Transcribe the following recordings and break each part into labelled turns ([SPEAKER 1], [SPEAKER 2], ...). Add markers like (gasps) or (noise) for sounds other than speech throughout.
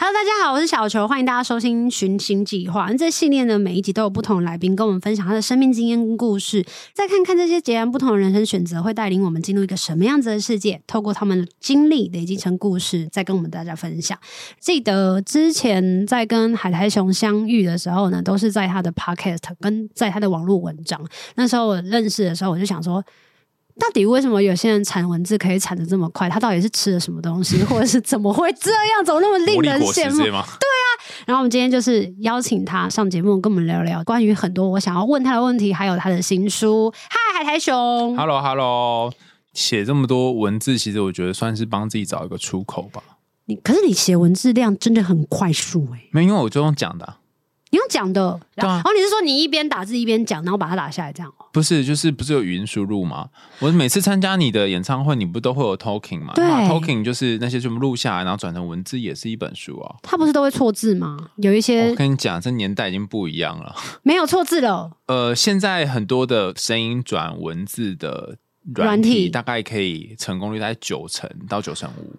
[SPEAKER 1] Hello，大家好，我是小球，欢迎大家收听《寻情计划》。这系列呢，每一集都有不同的来宾跟我们分享他的生命经验跟故事，再看看这些截然不同的人生选择会带领我们进入一个什么样子的世界。透过他们的经历累积成故事，再跟我们大家分享。记得之前在跟海苔熊相遇的时候呢，都是在他的 podcast 跟在他的网络文章。那时候我认识的时候，我就想说。到底为什么有些人产文字可以产的这么快？他到底是吃了什么东西，或者是怎么会这样？怎么那么令
[SPEAKER 2] 魔力
[SPEAKER 1] 人
[SPEAKER 2] 果实
[SPEAKER 1] 羡
[SPEAKER 2] 之
[SPEAKER 1] 慕
[SPEAKER 2] 类？吗？
[SPEAKER 1] 然后我们今天就是邀请他上节目，跟我们聊聊关于很多我想要问他的问题，还有他的新书。嗨，海苔熊
[SPEAKER 2] h e l l o h e l l o 写这么多文字，其实我觉得算是帮自己找一个出口吧。
[SPEAKER 1] 你可是你写文字量真的很快速哎、
[SPEAKER 2] 没有，因为我就用讲的啊、
[SPEAKER 1] 你用讲的，
[SPEAKER 2] 对啊
[SPEAKER 1] 然后你是说你一边打字一边讲，然后把它打下来这样哦？
[SPEAKER 2] 不是，就是不是有语音输入吗？我每次参加你的演唱会，你不都会有 talking 吗？
[SPEAKER 1] 对
[SPEAKER 2] 那 talking 就是那些全部录下来，然后转成文字，也是一本书啊。
[SPEAKER 1] 他不是都会错字吗？有一些
[SPEAKER 2] 我跟你讲，这年代已经不一样了。
[SPEAKER 1] 没有错字哦了，
[SPEAKER 2] 呃，现在很多的声音转文字的
[SPEAKER 1] 软
[SPEAKER 2] 软
[SPEAKER 1] 体
[SPEAKER 2] 体，大概可以成功率大概九成到九成五。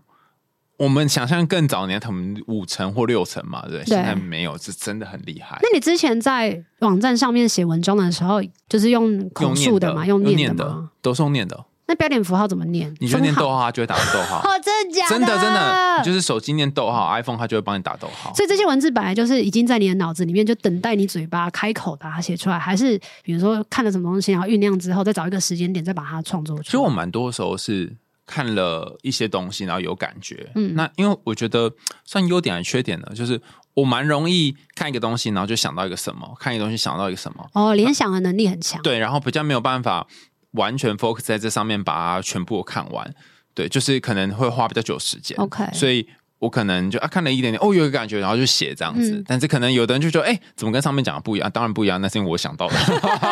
[SPEAKER 2] 我们想象更早年，他们五成或六成嘛，对不对？
[SPEAKER 1] 对
[SPEAKER 2] 现在没有，这真的很厉害
[SPEAKER 1] 那。你之前在网站上面写文章的时候，就是用口
[SPEAKER 2] 用
[SPEAKER 1] 述
[SPEAKER 2] 念
[SPEAKER 1] 的嘛，
[SPEAKER 2] 用
[SPEAKER 1] 用
[SPEAKER 2] 念
[SPEAKER 1] 的吗？
[SPEAKER 2] 都是用念的。
[SPEAKER 1] 那标点符号怎么念？
[SPEAKER 2] 你就念
[SPEAKER 1] 分
[SPEAKER 2] 逗
[SPEAKER 1] 号？
[SPEAKER 2] 号，它就会打成逗号。
[SPEAKER 1] 哦， (laughs) 真的假。
[SPEAKER 2] 真的真的，你就是是手机念逗号，iPhone 它就会帮你打逗号。
[SPEAKER 1] 所以这些文字本来就是已经在你的脑子里面，就等待你嘴巴开口把它写出来，还是比如说看了什么东西，然后酝酿之后，再找一个时间点再把它创作出来。
[SPEAKER 2] 其实我蛮多时候是看了一些东西，然后有感觉。
[SPEAKER 1] 嗯
[SPEAKER 2] 嗯，那因为我觉得算优点还是缺点呢，就是我蛮容易看一个东西，然后就想到一个什么，看一个东西想到一个什么，
[SPEAKER 1] 哦，联想的能力很强。
[SPEAKER 2] 对，然后比较没有办法完全 focus 在这上面，把它全部都看完。对，就是可能会花比较久时间。
[SPEAKER 1] OK
[SPEAKER 2] 所以。我可能就啊看了一点点，哦，有一个感觉，然后就写这样子。
[SPEAKER 1] 嗯
[SPEAKER 2] 但是可能有的人就觉得，哎、怎么跟上面讲的不一样、啊当然不一样，那是因为我想到的。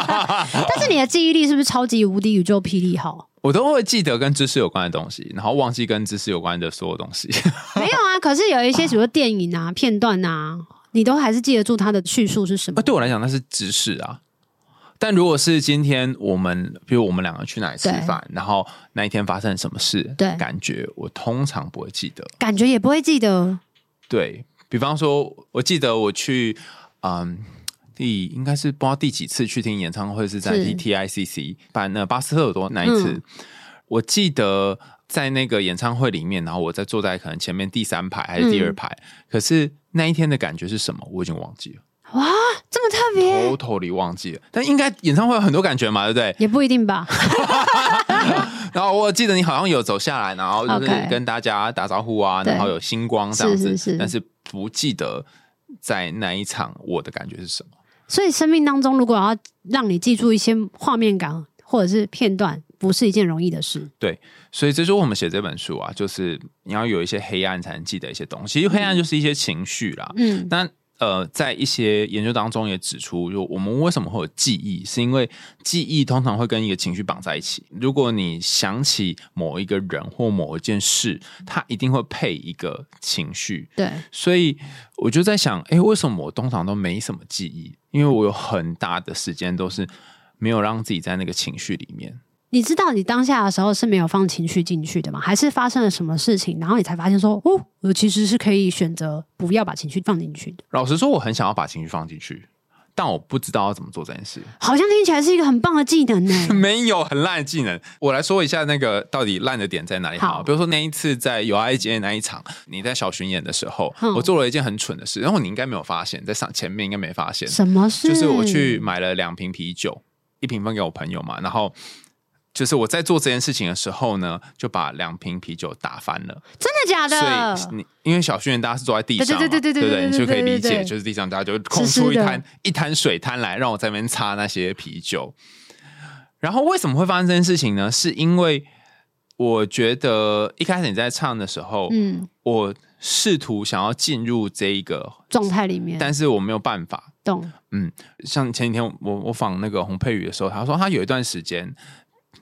[SPEAKER 1] (laughs) 但是你的记忆力是不是超级无敌宇宙霹雳号？
[SPEAKER 2] 我都会记得跟知识有关的东西，然后忘记跟知识有关的所有东西。
[SPEAKER 1] 没有啊，可是有一些比如说电影啊、片段啊，你都还是记得住它的叙述是什么
[SPEAKER 2] 啊，。对我来讲那是知识啊。但如果是今天我们，比如我们两个去哪里吃
[SPEAKER 1] 对
[SPEAKER 2] 饭，然后那一天发生什么事，
[SPEAKER 1] 对
[SPEAKER 2] 感觉我通常不会记得。
[SPEAKER 1] 感觉也不会记得
[SPEAKER 2] 对比方说，我记得我去，嗯，第应该是不知道第几次去听演唱会是在
[SPEAKER 1] 是
[SPEAKER 2] T T I C C 办那巴斯特耳朵那一次，
[SPEAKER 1] 嗯
[SPEAKER 2] 我记得在那个演唱会里面，然后我在坐在可能前面第三排还是第二
[SPEAKER 1] 嗯
[SPEAKER 2] 排，可是那一天的感觉是什么，我已经忘记了。
[SPEAKER 1] 哇，这么特别，
[SPEAKER 2] totally 忘记了，但应该演唱会有很多感觉嘛，对不对？
[SPEAKER 1] 也不一定吧。
[SPEAKER 2] 然后我记得你好像有走下来，然后就是
[SPEAKER 1] OK
[SPEAKER 2] 跟大家打招呼啊
[SPEAKER 1] 对
[SPEAKER 2] 然后有星光这样子，
[SPEAKER 1] 是是是
[SPEAKER 2] 但是不记得在那一场我的感觉是什么。
[SPEAKER 1] 所以生命当中，如果要让你记住一些画面感或者是片段，不是一件容易的事。
[SPEAKER 2] 所以这就是我们写这本书啊，就是你要有一些黑暗才能记得一些东西，因为黑暗就是一些情绪啦。
[SPEAKER 1] 嗯，
[SPEAKER 2] 但呃，在一些研究当中也指出，就我们为什么会有记忆，是因为记忆通常会跟一个情绪绑在一起。如果你想起某一个人或某一件事，它一定会配一个情绪。
[SPEAKER 1] 对，
[SPEAKER 2] 所以我就在想，哎、为什么我通常都没什么记忆？因为我有很大的时间都是没有让自己在那个情绪里面。
[SPEAKER 1] 你知道你当下的时候是没有放情绪进去的吗？还是发生了什么事情，然后你才发现说，哦，我其实是可以选择不要把情绪放进去的。
[SPEAKER 2] 老实说，我很想要把情绪放进去，但我不知道要怎么做这件事。
[SPEAKER 1] 好像听起来是一个很棒的技能呢、
[SPEAKER 2] (laughs) 没有很烂的技能。我来说一下那个到底烂的点在哪里好了
[SPEAKER 1] 好
[SPEAKER 2] 比如说那一次在友爱街那一场，你在小巡演的时候，
[SPEAKER 1] 嗯
[SPEAKER 2] 我做了一件很蠢的事，然后你应该没有发现，在上前面应该没发现，
[SPEAKER 1] 什么事？
[SPEAKER 2] 就是我去买了两瓶啤酒，一瓶分给我朋友嘛，然后。就是我在做这件事情的时候呢，就把两瓶啤酒打翻了。
[SPEAKER 1] 真的假的？
[SPEAKER 2] 所以你因为小训练大家是坐在地上
[SPEAKER 1] 对
[SPEAKER 2] 嘛，
[SPEAKER 1] 对对对对对
[SPEAKER 2] 不
[SPEAKER 1] 对
[SPEAKER 2] 你就可以理
[SPEAKER 1] 对对对
[SPEAKER 2] 解，就是地上大家就会空出一滩一滩水滩来，让我在那边擦那些啤酒。然后为什么会发生这件事情呢？是因为我觉得一开始你在唱的时候，
[SPEAKER 1] 嗯，
[SPEAKER 2] 我试图想要进入这一个，
[SPEAKER 1] 状态里面
[SPEAKER 2] 但是我没有办法。
[SPEAKER 1] 懂
[SPEAKER 2] 像前几天我我访那个洪佩瑜的时候，他说他有一段时间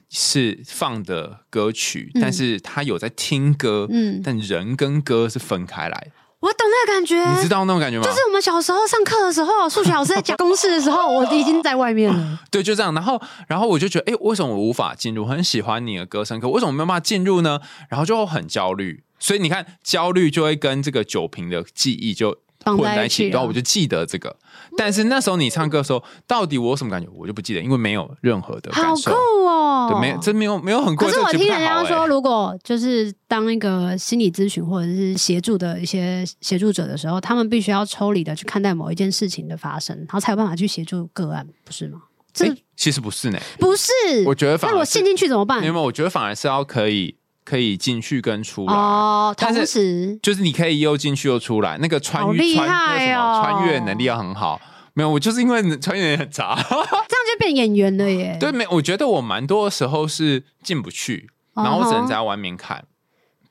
[SPEAKER 2] 是放的歌曲，
[SPEAKER 1] 嗯
[SPEAKER 2] 但是他有在听歌，
[SPEAKER 1] 嗯
[SPEAKER 2] 但人跟歌是分开来的。
[SPEAKER 1] 我懂那个感觉，
[SPEAKER 2] 你知道那种感觉吗？
[SPEAKER 1] 就是我们小时候上课的时候，数学老师在讲公式的时候，我已经在外面了。
[SPEAKER 2] 对，就这样。然后，然后我就觉得，哎、为什么我无法进入？我很喜欢你的歌声，可为什么没有办法进入呢？然后就很焦虑。所以你看，焦虑就会跟这个酒瓶的记忆就
[SPEAKER 1] 绑
[SPEAKER 2] 混
[SPEAKER 1] 在
[SPEAKER 2] 在
[SPEAKER 1] 一
[SPEAKER 2] 一
[SPEAKER 1] 起
[SPEAKER 2] 起，
[SPEAKER 1] 了
[SPEAKER 2] 然后我就记得这个。但是那时候你唱歌的时候，到底我有什么感觉，我就不记得，因为没 (laughs) 有任何的
[SPEAKER 1] 好
[SPEAKER 2] 感
[SPEAKER 1] 酷
[SPEAKER 2] 受。
[SPEAKER 1] 哦！
[SPEAKER 2] 对，没有，真没有没有很贵。
[SPEAKER 1] 可是
[SPEAKER 2] 这
[SPEAKER 1] 我
[SPEAKER 2] 个节目
[SPEAKER 1] 听人
[SPEAKER 2] 太好
[SPEAKER 1] 家说，
[SPEAKER 2] 欸
[SPEAKER 1] 如果就是当一个心理咨询或者是协助的一些协助者的时候，他们必须要抽离的去看待某一件事情的发生，然后才有办法去协助个案，不是吗？这
[SPEAKER 2] 诶其实不是呢。
[SPEAKER 1] 不是，
[SPEAKER 2] 我觉得反
[SPEAKER 1] 那
[SPEAKER 2] 而
[SPEAKER 1] 我啊
[SPEAKER 2] 是
[SPEAKER 1] 陷进去怎么办
[SPEAKER 2] 没？有，没有我觉得反而是要可以可以进去跟出来。
[SPEAKER 1] 哦，
[SPEAKER 2] 但是
[SPEAKER 1] 同时
[SPEAKER 2] 就是你可以又进去又出来，那个穿
[SPEAKER 1] 好厉
[SPEAKER 2] 越穿那
[SPEAKER 1] 害
[SPEAKER 2] 什
[SPEAKER 1] 哦
[SPEAKER 2] 么穿越能力要很好。没有，我就是因为穿越能力
[SPEAKER 1] (laughs)
[SPEAKER 2] 很差。
[SPEAKER 1] 这样就变演员了耶。
[SPEAKER 2] 对，没，我觉得我蛮多时候是进不去，
[SPEAKER 1] 嗯哼，
[SPEAKER 2] 然后我只能在外面看。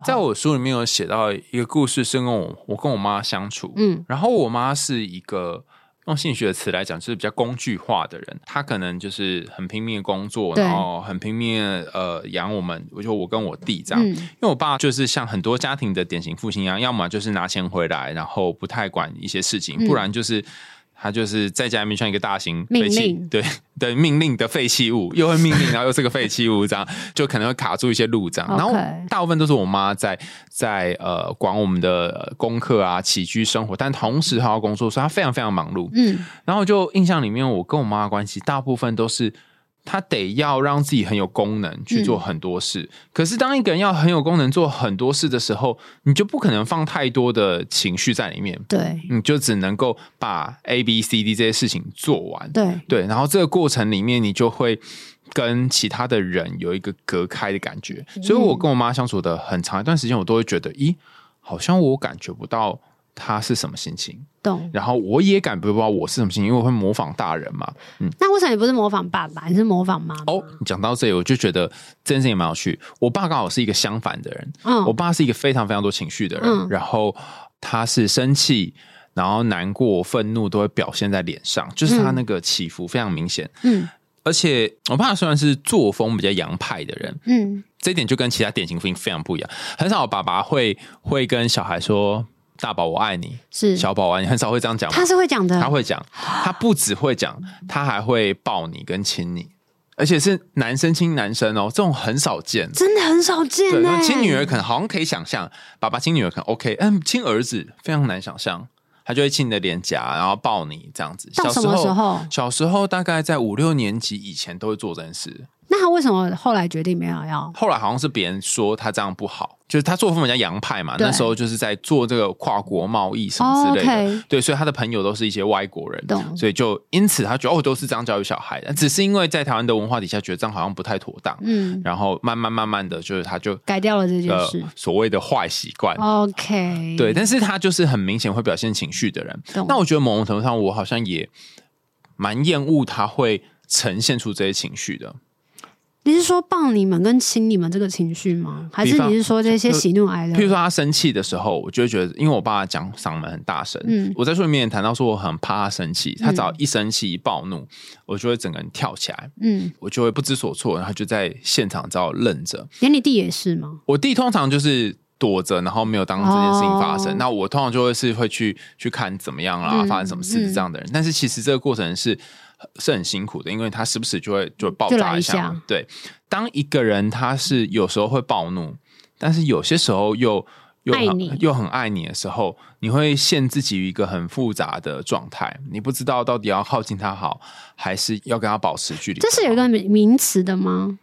[SPEAKER 2] 在我书里面有写到一个故事，是跟我我跟我妈相处，
[SPEAKER 1] 嗯
[SPEAKER 2] 然后我妈是一个用心理学的词来讲，就是比较工具化的人。她可能就是很拼命的工作，
[SPEAKER 1] 对
[SPEAKER 2] 然后很拼命地呃养我们，我就我跟我弟这样。
[SPEAKER 1] 嗯
[SPEAKER 2] 因为我爸就是像很多家庭的典型父亲一样，要么就是拿钱回来，然后不太管一些事情，
[SPEAKER 1] 嗯
[SPEAKER 2] 不然就是。他就是在家里面像一个大型
[SPEAKER 1] 命
[SPEAKER 2] 废弃
[SPEAKER 1] 令，
[SPEAKER 2] 对 (laughs) 对，命令的废弃物，又会命令，然后又是个废弃物，这样 (laughs) 就可能会卡住一些路障。然后
[SPEAKER 1] OK
[SPEAKER 2] 大部分都是我妈在在呃管我们的呃功课啊、起居生活，但同时她要工作，所以她非常非常忙碌。
[SPEAKER 1] 嗯，
[SPEAKER 2] 然后就印象里面，我跟我妈的关系大部分都是她得要让自己很有功能去做很多事。可是当一个人要很有功能做很多事的时候，你就不可能放太多的情绪在里面，
[SPEAKER 1] 对
[SPEAKER 2] 你就只能够把 A、B、C、D 这些事情做完。
[SPEAKER 1] 对，
[SPEAKER 2] 对，然后这个过程里面，你就会跟其他的人有一个隔开的感觉。所以我跟我妈相处的很长一段时间，我都会觉得，咦，好像我感觉不到她是什么心情，
[SPEAKER 1] 懂。
[SPEAKER 2] 然后我也感觉不到我是什么心情，因为我会模仿大人嘛。
[SPEAKER 1] 那为什么你不是模仿爸爸，你是模仿妈妈？
[SPEAKER 2] 嗯哦，你讲到这里，我就觉得这件事情蛮有趣。我爸刚好是一个相反的人，
[SPEAKER 1] 嗯
[SPEAKER 2] 我爸是一个非常非常多情绪的人，
[SPEAKER 1] 嗯
[SPEAKER 2] 然后他是生气。然后难过、愤怒都会表现在脸上，就是他那个起伏非常明显。
[SPEAKER 1] 嗯
[SPEAKER 2] 而且我爸虽然是作风比较洋派的人，
[SPEAKER 1] 嗯，
[SPEAKER 2] 这一点就跟其他典型父亲非常不一样。很少有爸爸会会跟小孩说“大宝我爱你”，
[SPEAKER 1] 是
[SPEAKER 2] 小宝我爱你，很少会这样讲嘛。
[SPEAKER 1] 他是会讲的，
[SPEAKER 2] 他会讲，他不只会讲，他还会抱你跟亲你，而且是男生亲男生哦，这种很少见。
[SPEAKER 1] 真的很少见欸
[SPEAKER 2] 对，
[SPEAKER 1] 呢。
[SPEAKER 2] 那亲女儿可能好像可以想象，爸爸亲女儿可能 OK，嗯，亲儿子非常难想象，他就会亲你的脸颊，然后抱你这样子。
[SPEAKER 1] 到
[SPEAKER 2] 小
[SPEAKER 1] 什么时候
[SPEAKER 2] 小时候大概在五六年级以前都会做这件事，
[SPEAKER 1] 那他为什么后来决定没有要？
[SPEAKER 2] 后来好像是别人说他这样不好，就是他作风比较洋派嘛。
[SPEAKER 1] 对
[SPEAKER 2] 那时候就是在做这个跨国贸易什么之类的，
[SPEAKER 1] 哦，OK
[SPEAKER 2] 对，所以他的朋友都是一些外国人，
[SPEAKER 1] 懂
[SPEAKER 2] 所以就因此他觉得哦，都是这样教育小孩的，只是因为在台湾的文化底下觉得这样好像不太妥当，
[SPEAKER 1] 嗯，
[SPEAKER 2] 然后慢慢慢慢的就是他就
[SPEAKER 1] 改掉了这件
[SPEAKER 2] 呃
[SPEAKER 1] 事。哦
[SPEAKER 2] 所谓的坏习惯，
[SPEAKER 1] OK，
[SPEAKER 2] 对，，但是他就是很明显会表现情绪的人。
[SPEAKER 1] 懂
[SPEAKER 2] 那我觉得某种程度上，我好像也蛮厌恶他会呈现出这些情绪的。
[SPEAKER 1] 你是说抱你们跟亲你们这个情绪吗？还是
[SPEAKER 2] 比方呃
[SPEAKER 1] 你是说这些喜怒哀乐
[SPEAKER 2] 譬？如说他生气的时候，我就会觉得，因为我爸讲嗓门很大声，
[SPEAKER 1] 嗯
[SPEAKER 2] 我在书里面也谈到说我很怕他生气，他只要一生气一暴怒，我就会整个人跳起来，
[SPEAKER 1] 嗯，
[SPEAKER 2] 我就会不知所措，然后就在现场只好愣着。
[SPEAKER 1] 连你弟也是吗？
[SPEAKER 2] 我弟通常就是。躲着，然后没有当这件事情发生。
[SPEAKER 1] 哦
[SPEAKER 2] 那我通常就会是会去去看怎么样啦，
[SPEAKER 1] 嗯
[SPEAKER 2] 发生什么事这样的人。但是其实这个过程是是很辛苦的，因为他时不时就会就会爆
[SPEAKER 1] 就来
[SPEAKER 2] 炸
[SPEAKER 1] 一
[SPEAKER 2] 下
[SPEAKER 1] 下
[SPEAKER 2] 嘛。对，当一个人他是有时候会暴怒，但是有些时候又又
[SPEAKER 1] 爱你
[SPEAKER 2] 很又很爱你的时候，你会陷自己于一个很复杂的状态，你不知道到底要靠近他好，还是要跟他保持距离。
[SPEAKER 1] 这是有一个名名词的吗？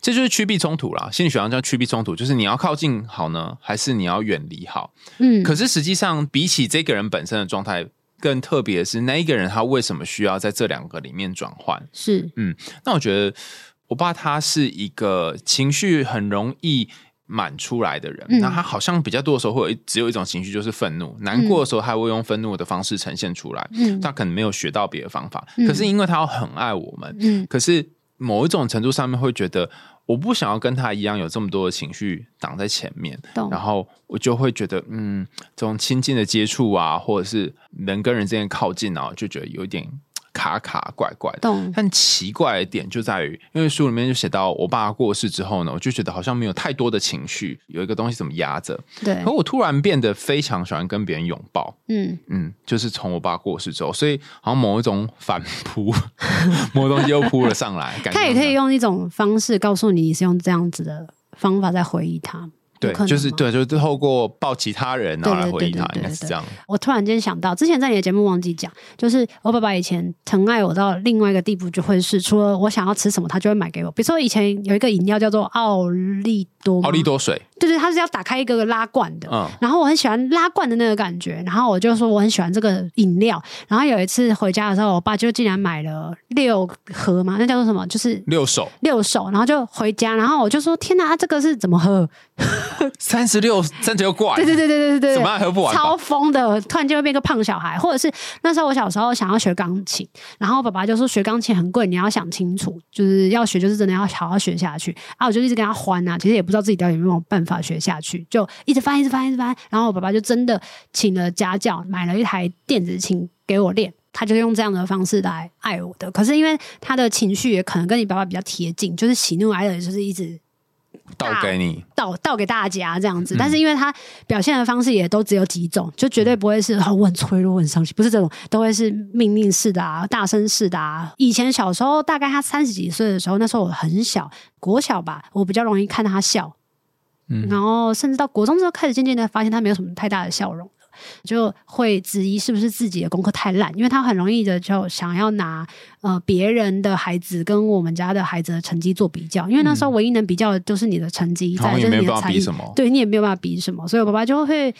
[SPEAKER 2] 这就是趋避冲突啦。心理学上叫趋避冲突，就是你要靠近好呢，还是你要远离好？
[SPEAKER 1] 嗯，
[SPEAKER 2] 可是实际上，比起这个人本身的状态，更特别的是那一个人他为什么需要在这两个里面转换？
[SPEAKER 1] 是
[SPEAKER 2] 那我觉得我爸他是一个情绪很容易。满出来的人，
[SPEAKER 1] 嗯
[SPEAKER 2] 那他好像比较多的时候会有一只有一种情绪，就是愤怒。难过的时候，他会用愤怒的方式呈现出来。
[SPEAKER 1] 嗯
[SPEAKER 2] 他可能没有学到别的方法，
[SPEAKER 1] 嗯
[SPEAKER 2] 可是因为他很爱我们，
[SPEAKER 1] 嗯
[SPEAKER 2] 可是某一种程度上面会觉得，我不想要跟他一样有这么多的情绪挡在前面，
[SPEAKER 1] 懂
[SPEAKER 2] 然后我就会觉得，嗯，这种亲近的接触啊，或者是人跟人之间的靠近啊，就觉得有一点卡卡怪怪的。
[SPEAKER 1] 懂
[SPEAKER 2] 但奇怪的点就在于，因为书里面就写到我爸过世之后呢，我就觉得好像没有太多的情绪，有一个东西怎么压着。
[SPEAKER 1] 对
[SPEAKER 2] 可，我突然变得非常喜欢跟别人拥抱，
[SPEAKER 1] 嗯，
[SPEAKER 2] 嗯，就是从我爸过世之后，所以好像某一种反扑， (laughs) 某东西又扑了上来，感觉
[SPEAKER 1] 他也可以
[SPEAKER 2] 好像
[SPEAKER 1] 用一种方式告诉你，你是用这样子的方法在回忆他。有可
[SPEAKER 2] 对，
[SPEAKER 1] 能
[SPEAKER 2] 就是
[SPEAKER 1] 吗
[SPEAKER 2] 对，就是透过抱其他人然后来回忆他，
[SPEAKER 1] 对对对对对
[SPEAKER 2] 应该是这样。
[SPEAKER 1] 我突然间想到，之前在你的节目忘记讲，就是我爸爸以前疼爱我到另外一个地步，就会是除了我想要吃什么，他就会买给我。比如说以前有一个饮料叫做奥利多，
[SPEAKER 2] 奥利，多水，
[SPEAKER 1] 对嗯对，它是要打开一个拉罐的。
[SPEAKER 2] 嗯，
[SPEAKER 1] 然后我很喜欢拉罐的那个感觉，然后我就说我很喜欢这个饮料。然后有一次回家的时候，我爸就竟然买了六盒嘛，那叫做什么？就是
[SPEAKER 2] 六手
[SPEAKER 1] 六手，然后就回家，然后我就说：“天哪，啊这个是怎么喝？”
[SPEAKER 2] 三十六三十六怪，
[SPEAKER 1] 对对对对对对对
[SPEAKER 2] 怎么，还喝不完吧？
[SPEAKER 1] 超疯的，突然就会变个胖小孩，或者是那时候我小时候想要学钢琴，然后爸爸就说学钢琴很贵，你要想清楚，就是要学就是真的要好好学下去。啊，我就一直跟他欢啊，其实也不知道自己到底有没有办法学下去，就一直翻一直翻一直翻。然后我爸爸就真的请了家教，买了一台电子琴给我练。他就是用这样的方式来爱我的，可是因为他的情绪也可能跟你爸爸比较贴近，就是喜怒哀乐，就是一直
[SPEAKER 2] 倒给你，
[SPEAKER 1] 倒倒给大家这样
[SPEAKER 2] 嗯
[SPEAKER 1] 子，但是因为他表现的方式也都只有几种，就绝对
[SPEAKER 2] 嗯
[SPEAKER 1] 不会是哦我很脆弱、我很伤心，不是这种，都会是命令式的啊、大声式的啊。以前小时候，大概他三十几岁的时候，那时候我很小，国小吧，我比较容易看他笑，
[SPEAKER 2] 嗯
[SPEAKER 1] 然后甚至到国中之后，开始渐渐的发现他没有什么太大的笑容了。就会质疑是不是自己的功课太烂，因为他很容易的就想要拿呃别人的孩子跟我们家的孩子的成绩做比较，因为那时候唯一能比较的就是你的成绩，
[SPEAKER 2] 嗯然
[SPEAKER 1] 再
[SPEAKER 2] 后
[SPEAKER 1] 来
[SPEAKER 2] 也
[SPEAKER 1] 就是
[SPEAKER 2] 没
[SPEAKER 1] 你
[SPEAKER 2] 有
[SPEAKER 1] 的
[SPEAKER 2] 办法
[SPEAKER 1] 才
[SPEAKER 2] 比
[SPEAKER 1] 艺，
[SPEAKER 2] 什么。
[SPEAKER 1] 对你也没有办法比什么，所以我爸爸就会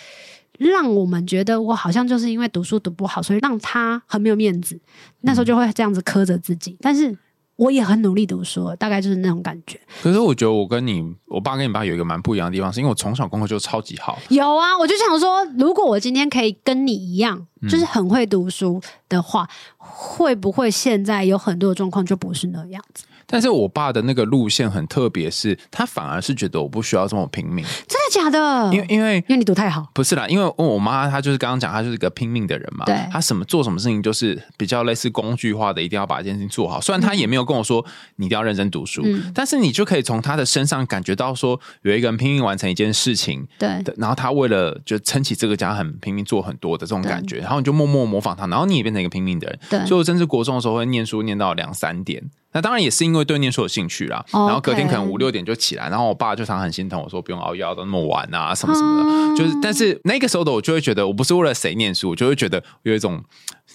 [SPEAKER 1] 让我们觉得我好像就是因为读书读不好，所以让他很没有面子。那时候就会这样子苛责自己，但是我也很努力读书，大概就是那种感觉。
[SPEAKER 2] 可是我觉得我跟你，我爸跟你爸有一个蛮不一样的地方，是因为我从小功课就超级好，
[SPEAKER 1] 有啊，我就想说，如果我今天可以跟你一样，
[SPEAKER 2] 嗯
[SPEAKER 1] 就是很会读书的话，会不会现在有很多的状况就不是那样子？
[SPEAKER 2] 但是我爸的那个路线很特别，是他反而是觉得我不需要这么拼命，
[SPEAKER 1] 真的假的？
[SPEAKER 2] 因为因为
[SPEAKER 1] 因为你读太好，
[SPEAKER 2] 不是啦，因为我妈她就是刚刚讲，她就是一个拼命的人嘛，
[SPEAKER 1] 对
[SPEAKER 2] 她什么做什么事情就是比较类似工具化的，一定要把一件事情做好。虽然她也没有跟我说你一定要认真读书，
[SPEAKER 1] 嗯
[SPEAKER 2] 但是你就可以从她的身上感觉到说，有一个人拼命完成一件事情，
[SPEAKER 1] 对
[SPEAKER 2] 的然后她为了就撑起这个家，很拼命做很多的这种感觉，然后你就默默模仿她，然后你也变成一个拼命的人。
[SPEAKER 1] 对
[SPEAKER 2] 所以我甚至国中的时候会念书念到两三点。那当然也是因为对念书有兴趣啦
[SPEAKER 1] 哦 OK
[SPEAKER 2] 然后隔天可能五六点就起来，然后我爸就常常很心疼我说不用熬夜熬到那么晚啊什么什么的，
[SPEAKER 1] 啊
[SPEAKER 2] 就是但是那个时候的我就会觉得我不是为了谁念书，我就会觉得有一种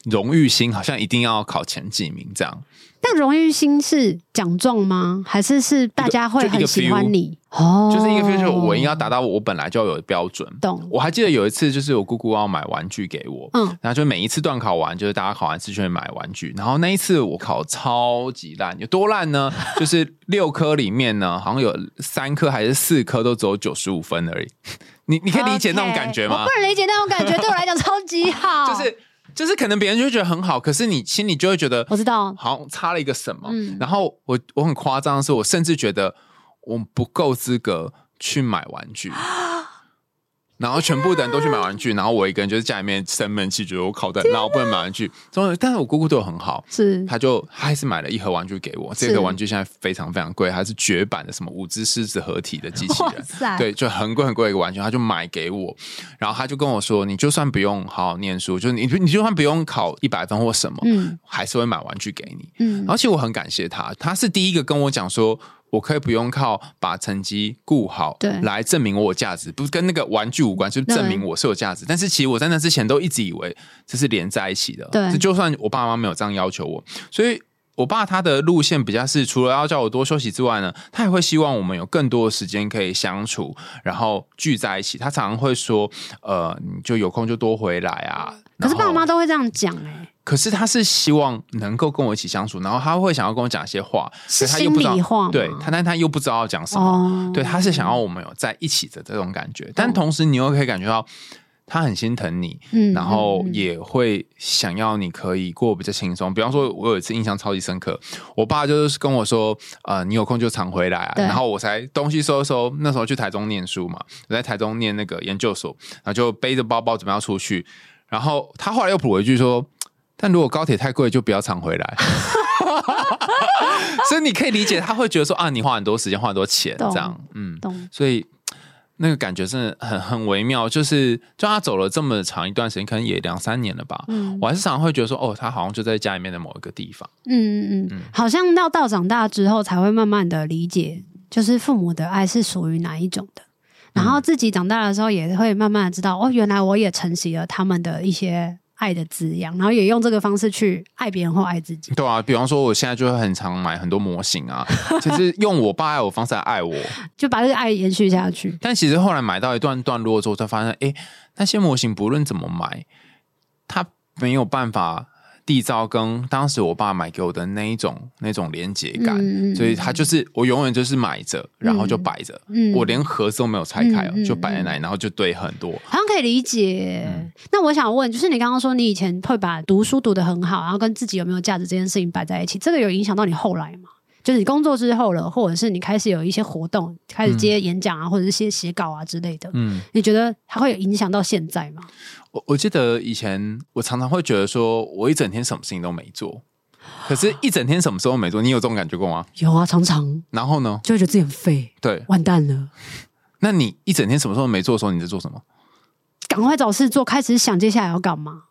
[SPEAKER 2] 荣誉心，好像一定要考前几名这样。
[SPEAKER 1] 但荣誉心是奖状吗？还是是大家会很喜欢你？哦，
[SPEAKER 2] 就是一个 future，我一定要达到我本来就要有的标准。
[SPEAKER 1] 懂。
[SPEAKER 2] 我还记得有一次，就是我姑姑要买玩具给我，
[SPEAKER 1] 嗯，
[SPEAKER 2] 然后就每一次段考完，就是大家考完试就会买玩具。然后那一次我考超级烂，有多烂呢？就是六科里面呢，好像有三科还是四科都只有九十五分而已。你你可以理解那种感觉
[SPEAKER 1] OK，
[SPEAKER 2] 吗
[SPEAKER 1] 我不？能理解那种感觉，对我来讲超级好。
[SPEAKER 2] 就是就是可能别人就会觉得很好，可是你心里就会觉得
[SPEAKER 1] 我知道，
[SPEAKER 2] 好像差了一个什么。
[SPEAKER 1] 嗯
[SPEAKER 2] 然后我我很夸张的是，我甚至觉得我不够资格去买玩具。
[SPEAKER 1] (gasps)
[SPEAKER 2] 然后全部的人都去买玩具，然后我一个人就是家里面生闷气，觉得我考的，然后不能买玩具。终于，但是我姑姑对我很好，
[SPEAKER 1] 是
[SPEAKER 2] 她就她还是买了一盒玩具给我。
[SPEAKER 1] 是
[SPEAKER 2] 这个玩具现在非常非常贵，它是绝版的，什么五只狮子合体的机器
[SPEAKER 1] 哇
[SPEAKER 2] 人。
[SPEAKER 1] 塞，
[SPEAKER 2] 对，就很贵很贵的一个玩具，他就买给我，然后他就跟我说，你就算不用好好念书，就是你你就算不用考一百分或什么，
[SPEAKER 1] 嗯
[SPEAKER 2] 还是会买玩具给你。
[SPEAKER 1] 嗯
[SPEAKER 2] 而且我很感谢他，他是第一个跟我讲说。我可以不用靠把成绩顾好，
[SPEAKER 1] 对
[SPEAKER 2] 来证明我有价值，不是跟那个玩具无关，就是证明我是有价值。但是其实我在那之前都一直以为这是连在一起的，
[SPEAKER 1] 对
[SPEAKER 2] 这就算我爸妈没有这样要求我，所以我爸他的路线比较是，除了要叫我多休息之外呢，他也会希望我们有更多的时间可以相处，然后聚在一起。他常常会说，呃，你就有空就多回来啊。
[SPEAKER 1] 可是
[SPEAKER 2] 然
[SPEAKER 1] 爸
[SPEAKER 2] 后
[SPEAKER 1] 妈，都会这样讲哎、
[SPEAKER 2] 可是他是希望能够跟我一起相处，然后他会想要跟我讲一些话，
[SPEAKER 1] 是
[SPEAKER 2] 可他又不知道
[SPEAKER 1] 心里话吗
[SPEAKER 2] 对他，但他又不知道要讲什么。
[SPEAKER 1] 哦，
[SPEAKER 2] 对，他是想要我们有在一起的这种感觉，但同时你又可以感觉到他很心疼你，
[SPEAKER 1] 嗯
[SPEAKER 2] 然后
[SPEAKER 1] 嗯嗯
[SPEAKER 2] 也会想要你可以过得比较轻松。比方说，我有一次印象超级深刻，我爸就是跟我说：“呃，你有空就常回来啊。”
[SPEAKER 1] 对
[SPEAKER 2] 然后我才东西收一收，那时候去台中念书嘛，我在台中念那个研究所，然后就背着包包准备要出去，然后他后来又补了一句说。但如果高铁太贵，就不要常
[SPEAKER 1] (laughs)
[SPEAKER 2] 回来。所以你可以理解，他会觉得说啊，你花很多时间，花很多钱，
[SPEAKER 1] 懂
[SPEAKER 2] 这样，嗯，
[SPEAKER 1] 懂？
[SPEAKER 2] 所以那个感觉真的很很微妙。就是，就他走了这么长一段时间，可能也两三年了吧，
[SPEAKER 1] 嗯
[SPEAKER 2] 我还是常常会觉得说，哦，他好像就在家里面的某一个地方。
[SPEAKER 1] 嗯嗯嗯，好像到到长大之后才会慢慢的理解，就是父母的爱是属于哪一种的。然后自己长大的时候也会慢慢的知道，哦，原来我也承袭了他们的一些爱的滋养，然后也用这个方式去爱别人或爱自己。
[SPEAKER 2] 对啊，比方说，我现在就会很常买很多模型
[SPEAKER 1] (laughs)
[SPEAKER 2] 啊，其实用我爸爱我方式来爱我。
[SPEAKER 1] 就把这个爱延续下去。
[SPEAKER 2] 但其实后来买到一段段落之后，才发现，哎，那些模型不论怎么买，它没有办法缔造跟当时我爸买给我的那一种那种连接感，
[SPEAKER 1] 嗯嗯
[SPEAKER 2] 所以它就是我永远就是买着，然后就摆着，
[SPEAKER 1] 嗯
[SPEAKER 2] 我连盒子都没有拆开哦，
[SPEAKER 1] 嗯嗯
[SPEAKER 2] 就摆在那里，然后就堆很多。
[SPEAKER 1] 好像可以理解。那我想问，就是你刚刚说你以前会把读书读得很好，然后跟自己有没有价值这件事情摆在一起，这个有影响到你后来吗？就是你工作之后了，或者是你开始有一些活动，开始接演讲啊，或者是写写稿啊之类的，
[SPEAKER 2] 嗯，
[SPEAKER 1] 你觉得它会有影响到现在吗？
[SPEAKER 2] 我我记得以前我常常会觉得说，我一整天什么事情都没做，可是一整天什么时候没做？你有这种感觉过吗？
[SPEAKER 1] 有啊，常常
[SPEAKER 2] 然后呢？
[SPEAKER 1] 就会觉得自己很废，
[SPEAKER 2] 对，
[SPEAKER 1] 完蛋了，
[SPEAKER 2] 那你一整天什么时候没做的时候，你在做什么？
[SPEAKER 1] 赶快找事做，开始想接下来要干嘛。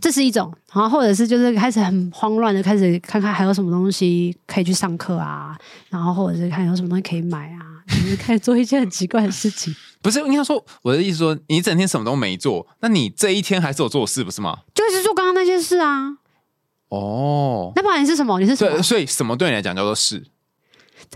[SPEAKER 1] 这是一种，然后或者是就是开始很慌乱的开始看看还有什么东西可以去上课啊，然后或者是看有什么东西可以买啊，就是开始做一些很奇怪的事情， (laughs)
[SPEAKER 2] 不是应该说我的意思说，你一整天什么都没做，那你这一天还是有做事，不是吗？
[SPEAKER 1] 就是做刚刚那些事啊。
[SPEAKER 2] 哦，
[SPEAKER 1] 那不然你是什么？你是什么
[SPEAKER 2] 对，？所以什么对你来讲叫做事？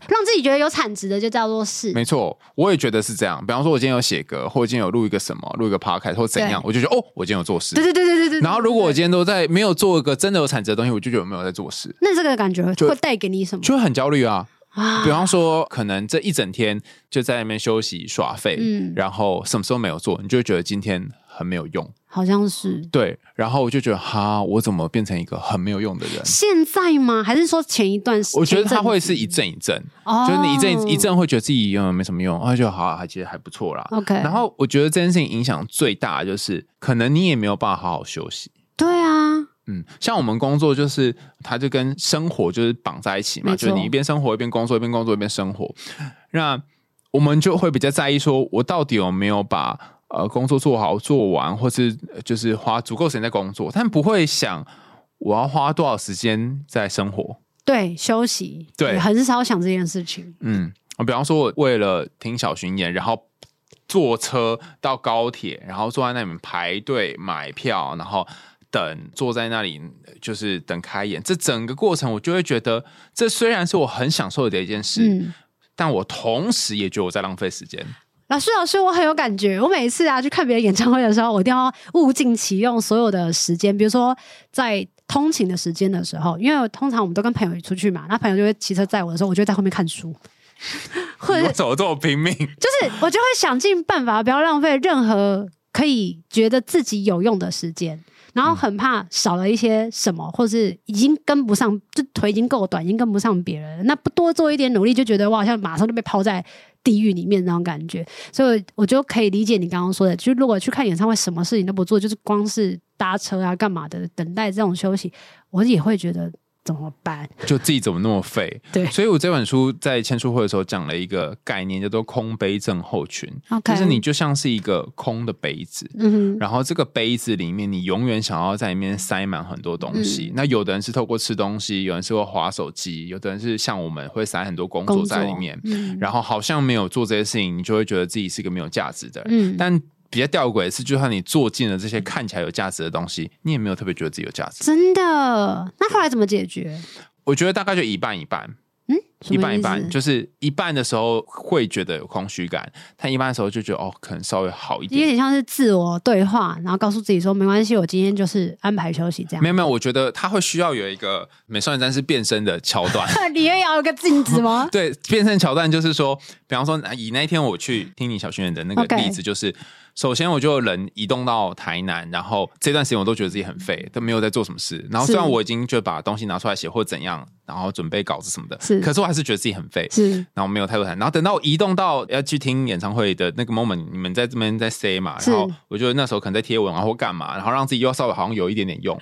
[SPEAKER 1] 让自己觉得有产值的就叫做事。
[SPEAKER 2] 没错，我也觉得是这样。比方说，我今天有写歌，或我今天有录一个什么，录一个 podcast 或怎样，
[SPEAKER 1] 对
[SPEAKER 2] 我就觉得哦，我今天有做事
[SPEAKER 1] 对。对对对对对。
[SPEAKER 2] 然后，如果我
[SPEAKER 1] 对
[SPEAKER 2] 今天都在没有做一个真的有产值的东西，我就觉得我没有在做事，
[SPEAKER 1] 那这个感觉
[SPEAKER 2] 就
[SPEAKER 1] 会带给你什么
[SPEAKER 2] 就会很焦虑啊。
[SPEAKER 1] 啊
[SPEAKER 2] 比？方说，可能这一整天就在那边休息耍废，
[SPEAKER 1] 嗯
[SPEAKER 2] 然后什么时候没有做，你就会觉得今天很没有用。
[SPEAKER 1] 好像是
[SPEAKER 2] 对，然后我就觉得哈，我怎么变成一个很没有用的人？
[SPEAKER 1] 现在吗？还是说前一段时？
[SPEAKER 2] 我觉得他会
[SPEAKER 1] 前
[SPEAKER 2] 是一阵一阵，
[SPEAKER 1] 哦
[SPEAKER 2] 就是你一阵一阵会觉得自己嗯没什么用，啊就好，还其实还不错啦。
[SPEAKER 1] OK，
[SPEAKER 2] 然后我觉得这件事情影响最大的就是，可能你也没有办法好好休息。
[SPEAKER 1] 对啊，
[SPEAKER 2] 嗯，像我们工作就是，它就跟生活就是绑在一起嘛，
[SPEAKER 1] 没错
[SPEAKER 2] 就是你一边生活一边工作，一边工作一边生活。那我们就会比较在意，说我到底有没有把呃工作做好做完，或是呃就是花足够时间在工作，但不会想我要花多少时间在生活。
[SPEAKER 1] 对，休息，
[SPEAKER 2] 对
[SPEAKER 1] 很少想这件事情，
[SPEAKER 2] 嗯，比方说，我为了听小巡演，然后坐车到高铁，然后坐在那里面排队买票，然后等坐在那里就是等开演，这整个过程我就会觉得，这虽然是我很享受的一件事，
[SPEAKER 1] 嗯。
[SPEAKER 2] 但我同时也觉得我在浪费时间。
[SPEAKER 1] 老师，老师，我很有感觉。我每次啊去看别人演唱会的时候，我一定要物尽其用所有的时间，比如说在通勤的时间的时候，因为我通常我们都跟朋友出去嘛，那朋友就会骑车载我的时候，我就会在后面看书， (laughs) 或者
[SPEAKER 2] 你
[SPEAKER 1] 是
[SPEAKER 2] 为什么这么拼
[SPEAKER 1] (laughs)
[SPEAKER 2] 命？
[SPEAKER 1] 就是我就会想尽办法不要浪费任何可以觉得自己有用的时间，然后很怕少了一些什么，或是已经跟不上，就腿已经够短，已经跟不上别人了，那不多做一点努力，就觉得我好像马上就被抛在。地狱里面那种感觉，所以我就可以理解你刚刚说的，就是如果去看演唱会，什么事情都不做，就是光是搭车啊、干嘛的，等待这种休息，我也会觉得怎么办？
[SPEAKER 2] 就自己怎么那么废？
[SPEAKER 1] 对
[SPEAKER 2] 所以我这本书在签书会的时候讲了一个概念，叫做空杯症候群，
[SPEAKER 1] OK
[SPEAKER 2] 就是你就像是一个空的杯子，
[SPEAKER 1] 嗯
[SPEAKER 2] 然后这个杯子里面，你永远想要在里面塞满很多东
[SPEAKER 1] 嗯
[SPEAKER 2] 西。那有的人是透过吃东西，有人是会划手机，有的人是像我们会塞很多工
[SPEAKER 1] 工
[SPEAKER 2] 作
[SPEAKER 1] 作
[SPEAKER 2] 在里面。
[SPEAKER 1] 嗯
[SPEAKER 2] 然后好像没有做这些事情，你就会觉得自己是一个没有价值的人。
[SPEAKER 1] 嗯
[SPEAKER 2] 但比较吊诡的是，就算你做尽了这些看起来有价值的东西，你也没有特别觉得自己有价值。
[SPEAKER 1] 真的，那后来怎么解决？
[SPEAKER 2] 我觉得大概就一半一半，
[SPEAKER 1] 嗯，什
[SPEAKER 2] 一
[SPEAKER 1] 么
[SPEAKER 2] 半
[SPEAKER 1] 意
[SPEAKER 2] 一
[SPEAKER 1] 思
[SPEAKER 2] 半，就是一半的时候会觉得有空虚感，但一半的时候就觉得哦，可能稍微好一点
[SPEAKER 1] 有。点像是自我对话，然后告诉自己说没关系，我今天就是安排休息这样
[SPEAKER 2] 没。有没有，我觉得他会需要有一个美少女战士变身的桥段。？
[SPEAKER 1] (laughs) 你也要有个镜子吗
[SPEAKER 2] (laughs) 对，变身桥段就是说，比方说以那一天我去听你小巡演的那个
[SPEAKER 1] OK
[SPEAKER 2] 例子，就是首先我就人移动到台南，然后这段时间我都觉得自己很废，都没有在做什么事。然后虽然
[SPEAKER 1] 是
[SPEAKER 2] 我已经就把东西拿出来写或怎样，然后准备稿子什么的，
[SPEAKER 1] 是
[SPEAKER 2] 可是我还是觉得自己很废。
[SPEAKER 1] 是
[SPEAKER 2] 然后没有太多谈，然后等到我移动到要去听演唱会的那个 moment，你们在这边在 say 嘛，
[SPEAKER 1] 是
[SPEAKER 2] 然后我就那时候可能在贴文啊或干嘛，然后让自己又稍微好像有一点点用，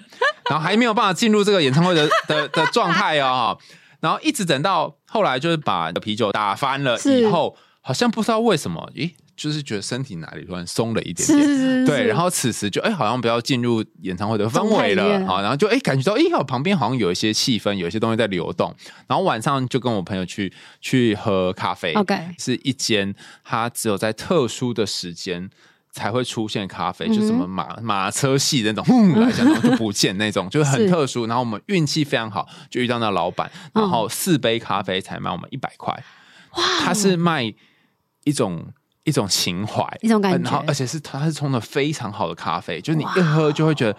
[SPEAKER 2] 然后还没有办法进入这个演唱会的的的状态哦。然后一直等到后来，就是把啤酒打翻了
[SPEAKER 1] 是
[SPEAKER 2] 以后，好像不知道为什么，咦，就是觉得身体哪里突然松了一点
[SPEAKER 1] 是
[SPEAKER 2] 点。
[SPEAKER 1] 是是，
[SPEAKER 2] 对，然
[SPEAKER 1] 后
[SPEAKER 2] 后此时就哎、好像不要进入演唱会的氛围
[SPEAKER 1] 状态
[SPEAKER 2] 了
[SPEAKER 1] 了
[SPEAKER 2] 啊，然后就哎、感觉到哎、好旁边好像有一些气氛，有一些东西在流动。然后晚上就跟我朋友去去喝咖啡
[SPEAKER 1] OK
[SPEAKER 2] 是一间它只有在特殊的时间。才会出现咖
[SPEAKER 1] 嗯
[SPEAKER 2] 啡，就什么马马车系那种，轰来一下然后就不见那种，就是很
[SPEAKER 1] 是
[SPEAKER 2] 特殊。然后我们运气非常好，就遇到那老板，然
[SPEAKER 1] 嗯
[SPEAKER 2] 后四杯咖啡才卖我们一百块。哇！他是卖一种一种情怀，
[SPEAKER 1] 一种感
[SPEAKER 2] 呃然后
[SPEAKER 1] 觉
[SPEAKER 2] 而且是它是冲的非常好的咖啡，就是你一喝就会觉得。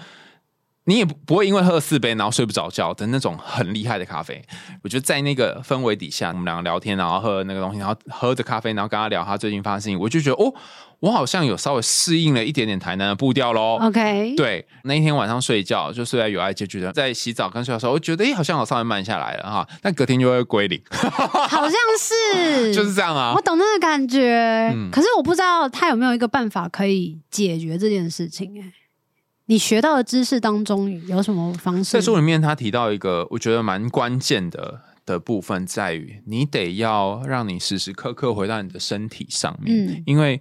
[SPEAKER 2] 你也不不会因为喝了四杯然后睡不着觉的那种很厉害的咖啡，我觉得在那个氛围底下，我们两个聊天，然后喝那个东西，然后喝着咖啡，然后跟他聊他最近发生的事情，我就觉得哦，我好像有稍微适应了一点点台南的步调喽。
[SPEAKER 1] OK，
[SPEAKER 2] 对，那一天晚上睡觉就睡在友爱街区的，在洗澡跟睡觉的时候，我觉得哎、好像有稍微慢下来了哈，但隔天就会归零，
[SPEAKER 1] 好像是，
[SPEAKER 2] (laughs) 就是这样啊嗯
[SPEAKER 1] 我。懂那个感觉，可是我不知道他有没有一个办法可以解决这件事情、哎，你学到的知识当中有什么方
[SPEAKER 2] 在
[SPEAKER 1] 式？
[SPEAKER 2] 书里面，他提到一个我觉得蛮关键的的部分，在于你得要让你时时刻刻回到你的身体上面，
[SPEAKER 1] 嗯
[SPEAKER 2] 因为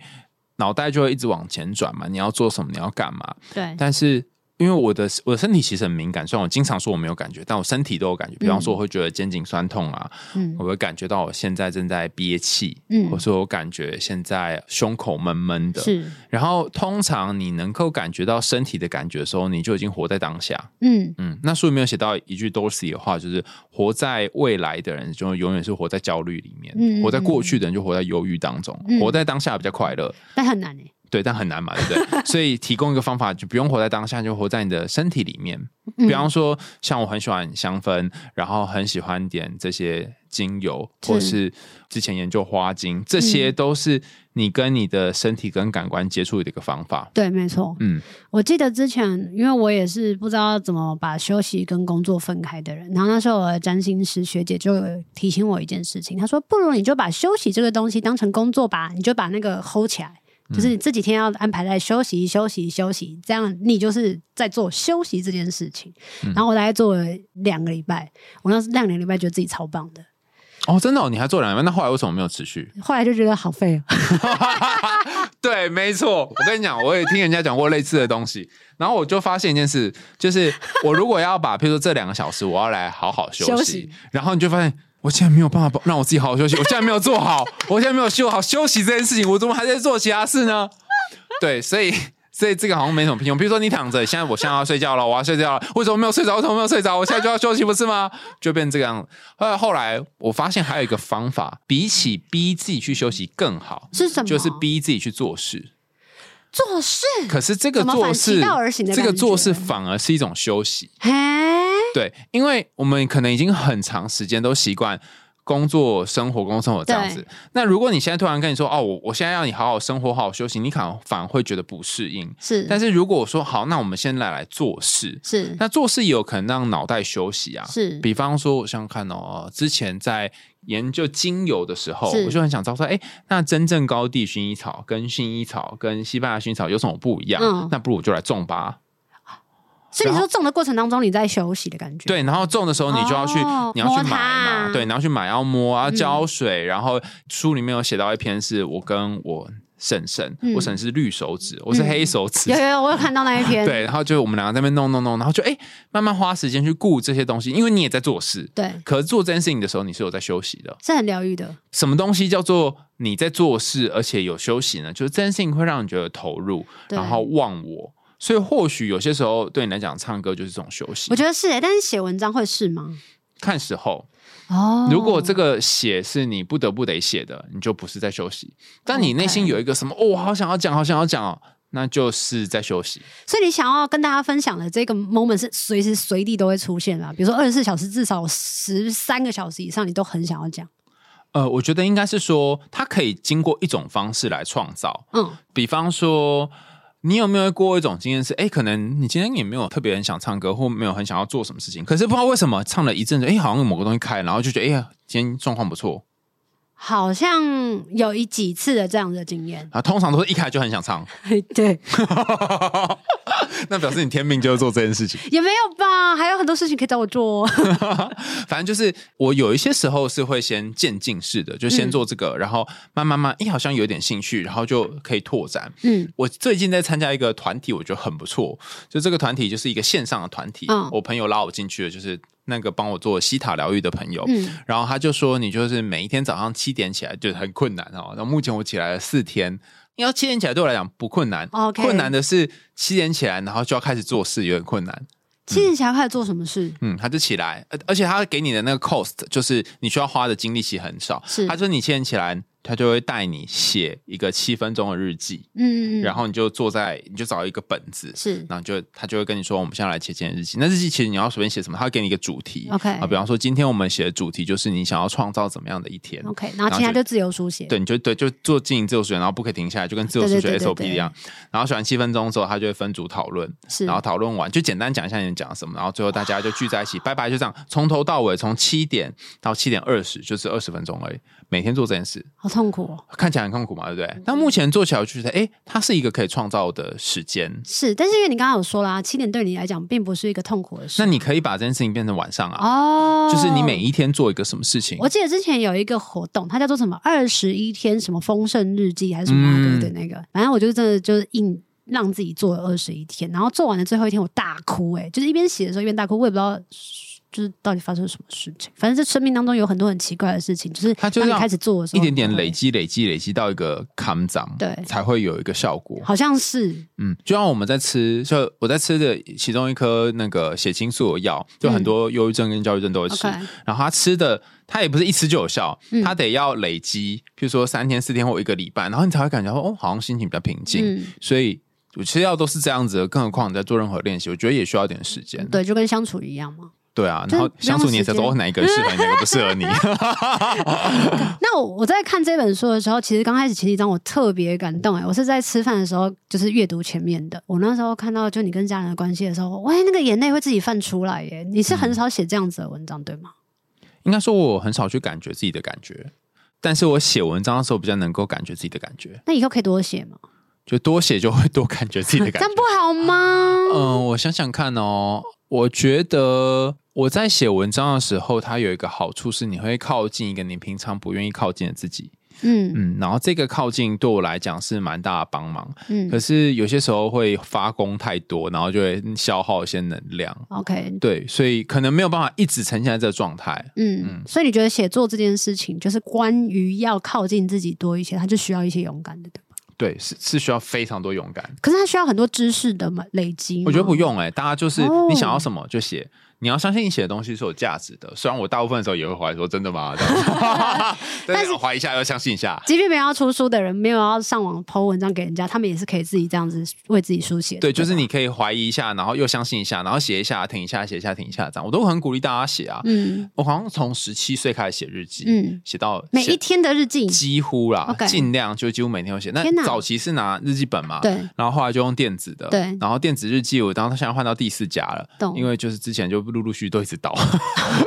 [SPEAKER 2] 脑袋就会一直往前转嘛，你要做什么，你要干嘛，
[SPEAKER 1] 对，
[SPEAKER 2] 但是因为我的我的身体其实很敏感，虽然我经常说我没有感觉，但我身体都有感觉。比方说，我会觉得肩颈酸痛啊，
[SPEAKER 1] 嗯
[SPEAKER 2] 我会感觉到我现在正在憋气，
[SPEAKER 1] 嗯
[SPEAKER 2] 或者我感觉现在胸口闷闷的。
[SPEAKER 1] 是，
[SPEAKER 2] 然后，通常你能够感觉到身体的感觉的时候，你就已经活在当下。
[SPEAKER 1] 嗯，
[SPEAKER 2] 嗯，那书里面有写到一句 Dorsey 的话，就是活在未来的人就永远是活在焦虑里面，
[SPEAKER 1] 嗯嗯
[SPEAKER 2] 活在过去的人就活在忧郁当中，
[SPEAKER 1] 嗯
[SPEAKER 2] 活在当下比较快乐。
[SPEAKER 1] 但很难哎、
[SPEAKER 2] 对，但很难嘛，对不对？ (laughs) 所以提供一个方法，就不用活在当下，就活在你的身体里面。
[SPEAKER 1] 嗯
[SPEAKER 2] 比方说，像我很喜欢香氛，然后很喜欢点这些精油，
[SPEAKER 1] 是嗯
[SPEAKER 2] 或是之前研究花精，这些都是你跟你的身体跟感官接触的一个方法。
[SPEAKER 1] 对，没错。
[SPEAKER 2] 嗯，
[SPEAKER 1] 我记得之前，因为我也是不知道怎么把休息跟工作分开的人，然后那时候我的占星师学姐就有提醒我一件事情，她说：“不如你就把休息这个东西当成工作吧，你就把那个 hold 起来，就是
[SPEAKER 2] 嗯
[SPEAKER 1] 你这几天要安排在休息、休息、休息，这样你就是在做休息这件事情。
[SPEAKER 2] 嗯
[SPEAKER 1] 然后我大概做了两个礼拜，我那两个礼拜觉得自己超棒的，
[SPEAKER 2] 哦，真的、哦，你还做两遍，那后来为什么没有持续？
[SPEAKER 1] 后来就觉得好废哦。 (laughs)
[SPEAKER 2] 对，没错，我跟你讲，我也听人家讲过类似的东西，然后我就发现一件事，就是我如果要把，譬如说这两个小时，我要来好好休息，
[SPEAKER 1] 休息
[SPEAKER 2] 然后你就发现。我竟然没有办法让我自己好好休息，我竟然没有做好，我竟然没有修好休息这件事情，我怎么还在做其他事呢？对，所以所以这个好像没什么屁用。比如说你躺着，现在我现在要睡觉了，我要睡觉了，为什么没有睡着？为什么没有睡着？我现在就要休息，不是吗？就变这个样子。后来后来我发现还有一个方法，比起逼自己去休息更好，
[SPEAKER 1] 是什么
[SPEAKER 2] 就是逼自己去做事。
[SPEAKER 1] 做事，
[SPEAKER 2] 可是这个
[SPEAKER 1] 怎么
[SPEAKER 2] 做
[SPEAKER 1] 反
[SPEAKER 2] 事
[SPEAKER 1] 其道而行的，
[SPEAKER 2] 这个
[SPEAKER 1] 感觉
[SPEAKER 2] 做事反而是一种休息。
[SPEAKER 1] 嘿，
[SPEAKER 2] 对，因为我们可能已经很长时间都习惯工作、生活、工作生活这样子。那如果你现在突然跟你说：“哦，我我现在要你好好生活、好好休息”，你可能反而会觉得不适应。
[SPEAKER 1] 是，
[SPEAKER 2] 但是啊如果我说：“好，那我们先来来做事。”
[SPEAKER 1] 是
[SPEAKER 2] 那做事也有可能让脑袋休息啊。
[SPEAKER 1] 是
[SPEAKER 2] 比方说，我想想看哦，呃之前在研究精油的时候，
[SPEAKER 1] 是
[SPEAKER 2] 我就很想知道说，哎，那真正高地薰衣草跟薰衣草跟西班牙薰衣草有什么不一样？
[SPEAKER 1] 嗯
[SPEAKER 2] 那不如我就来种吧。
[SPEAKER 1] 所以你
[SPEAKER 2] 然
[SPEAKER 1] 说
[SPEAKER 2] 后
[SPEAKER 1] 种的过程当中，你在休息的感觉，，
[SPEAKER 2] 对，然后种的时候你就要去，
[SPEAKER 1] 哦
[SPEAKER 2] 你要去
[SPEAKER 1] 摸
[SPEAKER 2] 买嘛
[SPEAKER 1] 它，嗯
[SPEAKER 2] 对，你要去买，要摸，要浇水。然后书里面有写到一篇，是我跟我婶婶，
[SPEAKER 1] 嗯
[SPEAKER 2] 我婶是绿手指，我是黑手指
[SPEAKER 1] 有，有有，我有看到那一篇，
[SPEAKER 2] 对，然后就我们两个在那边弄弄弄，然后就哎、慢慢花时间去顾这些东西，因为你也在做事。
[SPEAKER 1] 对，
[SPEAKER 2] 可是做这件事情的时候，你是有在休息的。
[SPEAKER 1] 是很疗愈的，
[SPEAKER 2] 什么东西叫做你在做事，而且有休息呢？就是这件事情会让你觉得投入，
[SPEAKER 1] 对
[SPEAKER 2] 然后忘我。所以或许有些时候对你来讲，唱歌就是这种休息
[SPEAKER 1] 我。觉得是诶、欸但是写文章会是吗？
[SPEAKER 2] 看时候，
[SPEAKER 1] 哦，
[SPEAKER 2] 如果这个写是你不得不得写的，你就不是在休息。但你内心
[SPEAKER 1] OK
[SPEAKER 2] 有一个什么哦，我好想要讲，好想要讲哦，那就是在休息。
[SPEAKER 1] 所以你想要跟大家分享的这个 moment 是随时随地都会出现啦，比如说二十四小时，至少十三个小时以上，你都很想要讲，
[SPEAKER 2] 呃，我觉得应该是说，它可以经过一种方式来创造。
[SPEAKER 1] 嗯，
[SPEAKER 2] 比方说，你有没有过一种经验是，哎，可能你今天也没有特别很想唱歌，或没有很想要做什么事情，可是不知道为什么唱了一阵子，哎，好像有某个东西开，然后就觉得，哎呀，今天状况不错。
[SPEAKER 1] 好像有一 (laughs) 几次的这样的经验，
[SPEAKER 2] 然后通常都是一开就很想唱，
[SPEAKER 1] 对，
[SPEAKER 2] (laughs) 那表示你天命就是做这件事情。
[SPEAKER 1] 也没有吧，还有很多事情可以找我做、哦。
[SPEAKER 2] 反正就是我有一些时候是会先渐进式的，就先做这个，然后慢慢慢，哎、好像有点兴趣，然后就可以拓展。
[SPEAKER 1] 嗯，
[SPEAKER 2] 我最近在参加一个团体，我觉得很不错。就这个团体就是一个线上的团体，
[SPEAKER 1] 嗯
[SPEAKER 2] 我朋友拉我进去的，就是那个帮我做西塔疗愈的朋友。
[SPEAKER 1] 嗯
[SPEAKER 2] 然后他就说，你就是每一天早上七点起来，就是很困难哦。那目前我起来了四天，要七点起来对我来讲不困难
[SPEAKER 1] 哦 OK
[SPEAKER 2] 困难的是七点起来，然后就要开始做事，有点困难。
[SPEAKER 1] 七点起来开始做什么事？
[SPEAKER 2] 嗯，他就起来，而而且他给你的那个 cost 就是你需要花的精力其实很少。
[SPEAKER 1] 是
[SPEAKER 2] 他说你七点起来，他就会带你写一个七分钟的日记，
[SPEAKER 1] 嗯，
[SPEAKER 2] 然
[SPEAKER 1] 后
[SPEAKER 2] 后你就坐在，你就找一个本子。
[SPEAKER 1] 是
[SPEAKER 2] 然后就他就会跟你说，我们现在来写今天的日记。那日记其实你要随便写什么，他会给你一个主题
[SPEAKER 1] OK
[SPEAKER 2] 啊，比方说今天我们写的主题就是你想要创造怎么样的一天。
[SPEAKER 1] OK，然后其他就自由书写。
[SPEAKER 2] 对，你就对，就做进行自由书写，然后不可以停下来，就跟自由书
[SPEAKER 1] 对对
[SPEAKER 2] 写
[SPEAKER 1] 对对
[SPEAKER 2] SOP 一样。然后写完七分钟之后，他就会分组讨论，
[SPEAKER 1] 是
[SPEAKER 2] 然后讨论完就简单讲一下你们讲了什么，然后最后大家就聚在一起，拜拜，就这样，从头到尾，从七点到七点二十，就是二十分钟而已，每天做这件事，
[SPEAKER 1] 好痛苦哦。
[SPEAKER 2] 看起来很痛苦嘛，对不
[SPEAKER 1] 嗯
[SPEAKER 2] 对？但目前做起来，我就觉得，哎，它是一个可以创造的时间。
[SPEAKER 1] 是，但是因为你刚刚有说啦，七点对你来讲并不是一个痛苦的事
[SPEAKER 2] 那你可以把这件事情变成晚上啊，
[SPEAKER 1] 哦，
[SPEAKER 2] 就是你每。一天做一个什么事情
[SPEAKER 1] 我，记得之前有一个活动，它叫做什么“二十一天什么丰盛日记”还是什么啊
[SPEAKER 2] 嗯
[SPEAKER 1] 对对那个，反正我就真的就是硬让自己做了二十一天，然后做完了最后一天我大哭、欸，就是一边写的时候一边大哭，我也不知道就是到底发生了什么事情。反正这生命当中有很多很奇怪的事情，就是
[SPEAKER 2] 它就
[SPEAKER 1] 当你
[SPEAKER 2] 让
[SPEAKER 1] 开始做的时
[SPEAKER 2] 一
[SPEAKER 1] 候，
[SPEAKER 2] 点点
[SPEAKER 1] 你会
[SPEAKER 2] 累，积、累积、累积到一个 come down，
[SPEAKER 1] 对
[SPEAKER 2] 才会有一个效果。
[SPEAKER 1] 好像是
[SPEAKER 2] 嗯，就像我们在吃，就我在吃的其中一颗那个血清素的药，就很多忧郁症跟焦虑症都会吃。
[SPEAKER 1] 嗯 OK 嗯
[SPEAKER 2] 然后他吃的，他也不是一吃就有效，他得要累积，譬如说三天、四天或一个礼拜，然后你才会感觉到哦，好像心情比较平静。
[SPEAKER 1] 嗯
[SPEAKER 2] 所以我吃药都是这样子的，更何况你在做任何练习，我觉得也需要一点时间。
[SPEAKER 1] 嗯对，就跟相处一样嘛。
[SPEAKER 2] 对啊，
[SPEAKER 1] 就是
[SPEAKER 2] 然后相处你也才
[SPEAKER 1] 不
[SPEAKER 2] 知道
[SPEAKER 1] 用时间
[SPEAKER 2] 哦哪一
[SPEAKER 1] (laughs)
[SPEAKER 2] 个适合你，哪个不适合你。 (laughs)
[SPEAKER 1] 那我我在看这本书的时候，其实刚开始前几章我特别感动哎、我是在吃饭的时候就是阅读前面的。我那时候看到就你跟家人的关系的时候，喂，那个眼泪会自己泛出来耶、你是很少写这样子的文章对吗？
[SPEAKER 2] 应该说，我很少去感觉自己的感觉，但是我写文章的时候比较能够感觉自己的感觉，
[SPEAKER 1] 那以后可以多写吗？
[SPEAKER 2] 就多写就会多感觉自己的
[SPEAKER 1] 这
[SPEAKER 2] 感
[SPEAKER 1] (laughs)
[SPEAKER 2] 觉
[SPEAKER 1] 样。不好吗？
[SPEAKER 2] 嗯，我想想看哦，我觉得我在写文章的时候，它有一个好处是，你会靠近一个你平常不愿意靠近的自己。
[SPEAKER 1] 嗯
[SPEAKER 2] 嗯，然后这个靠近对我来讲是蛮大的帮忙，可
[SPEAKER 1] 嗯
[SPEAKER 2] 是有些时候会发功太多，然后就会消耗一些能量。
[SPEAKER 1] ，OK，
[SPEAKER 2] 对，所以可能没有办法一直呈现在这个状态。
[SPEAKER 1] 嗯，所以你觉得写作这件事情就是关于要靠近自己多一些，它就需要一些勇敢的，对吧？
[SPEAKER 2] 对，是是需要非常多勇敢。
[SPEAKER 1] 可是它需要很多知识的嘛累积吗。
[SPEAKER 2] 我觉得不用哎、大家就是
[SPEAKER 1] 嗯哦
[SPEAKER 2] 你想要什么就写，你要相信你写的东西是有价值的。虽然我大部分的时候也会怀疑说真的吗？这
[SPEAKER 1] (laughs)
[SPEAKER 2] 样子但是怀疑一下又相信一下。
[SPEAKER 1] 即便没有要出书的人，没有要上网抛文章给人家，他们也是可以自己这样子为自己书写的。
[SPEAKER 2] 对，就是
[SPEAKER 1] 吧
[SPEAKER 2] 你可以怀疑一下，然后又相信一下，然后写一下，停一下，写一下，停一下，这样我都很鼓励大家写啊。
[SPEAKER 1] 嗯
[SPEAKER 2] 我好像从十七岁开始写日记，
[SPEAKER 1] 嗯，
[SPEAKER 2] 写到
[SPEAKER 1] 每一
[SPEAKER 2] 写
[SPEAKER 1] 天的日记，
[SPEAKER 2] 几乎啦
[SPEAKER 1] OK，
[SPEAKER 2] 尽量就几乎每天都写。那
[SPEAKER 1] 天哪
[SPEAKER 2] 早期是拿日记本嘛，
[SPEAKER 1] 对，
[SPEAKER 2] 然后后来就用电子的，
[SPEAKER 1] 对
[SPEAKER 2] 然后电子日记我当时现在换到第四家了，
[SPEAKER 1] 懂
[SPEAKER 2] 因为就是之前就陆陆续续都一直倒，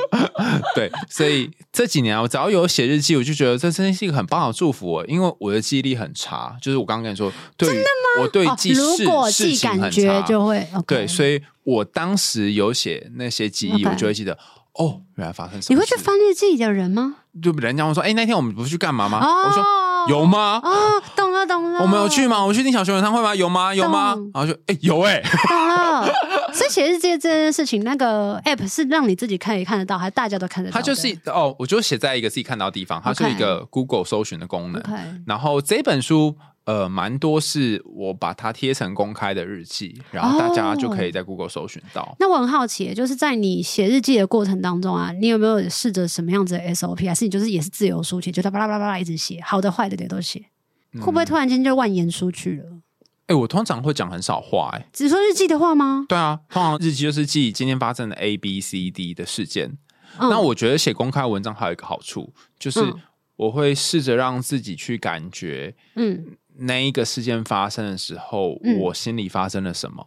[SPEAKER 2] (laughs) 对，所以这几年啊，我只要有写日记，我就觉得这真是一个很棒的祝福我，因为我的记忆力很差，就是我刚刚跟你说，对于我对于
[SPEAKER 1] 哦
[SPEAKER 2] 记
[SPEAKER 1] 如
[SPEAKER 2] 事、
[SPEAKER 1] 果
[SPEAKER 2] 事
[SPEAKER 1] 记
[SPEAKER 2] 情
[SPEAKER 1] 感
[SPEAKER 2] 很
[SPEAKER 1] 觉
[SPEAKER 2] 差，
[SPEAKER 1] 就会 OK
[SPEAKER 2] 对，所以我当时有写那些记忆，
[SPEAKER 1] OK
[SPEAKER 2] 我就会记得。哦，原来发生什
[SPEAKER 1] 你
[SPEAKER 2] 么
[SPEAKER 1] 会
[SPEAKER 2] 事？
[SPEAKER 1] 去翻日记的人吗？
[SPEAKER 2] 就人家会说，哎、那天我们不是去干嘛吗？啊我说
[SPEAKER 1] 哦，
[SPEAKER 2] 有吗？
[SPEAKER 1] 哦，懂了懂了，
[SPEAKER 2] 我们有去吗？我们去听小熊演唱会吗？有吗？有吗
[SPEAKER 1] 懂？
[SPEAKER 2] 然后就哎、有哎、
[SPEAKER 1] 懂了。所以写日记这件事情，那个 app 是让你自己看也看得到，还是大家都看得到
[SPEAKER 2] 它
[SPEAKER 1] 的？
[SPEAKER 2] 就是哦，我就写在一个自己看到的地方，它是
[SPEAKER 1] OK
[SPEAKER 2] 一个 Google 搜寻的功能。
[SPEAKER 1] OK，
[SPEAKER 2] 然后这本书呃，蛮多是我把它贴成公开的日记，然后大家就
[SPEAKER 1] 哦
[SPEAKER 2] 可以在 Google 搜寻到。
[SPEAKER 1] 那我很好奇，就是在你写日记的过程当中啊，你有没有试着什么样子的啊 SOP，还是你就是也是自由书写，就巴拉巴拉巴拉一直写，好的坏的也都写，
[SPEAKER 2] 嗯
[SPEAKER 1] 会不会突然间就万言书去了？
[SPEAKER 2] 哎、我通常会讲很少话、哎，
[SPEAKER 1] 只说日记的话吗？
[SPEAKER 2] 对啊，通常日记就是记今天发生的 A、B、C、D 的事件。
[SPEAKER 1] 嗯
[SPEAKER 2] 那我觉得写公开文章还有一个好处，就是
[SPEAKER 1] 嗯
[SPEAKER 2] 我会试着让自己去感觉
[SPEAKER 1] 嗯，
[SPEAKER 2] 那一个事件发生的时候，
[SPEAKER 1] 嗯
[SPEAKER 2] 我心里发生了什么。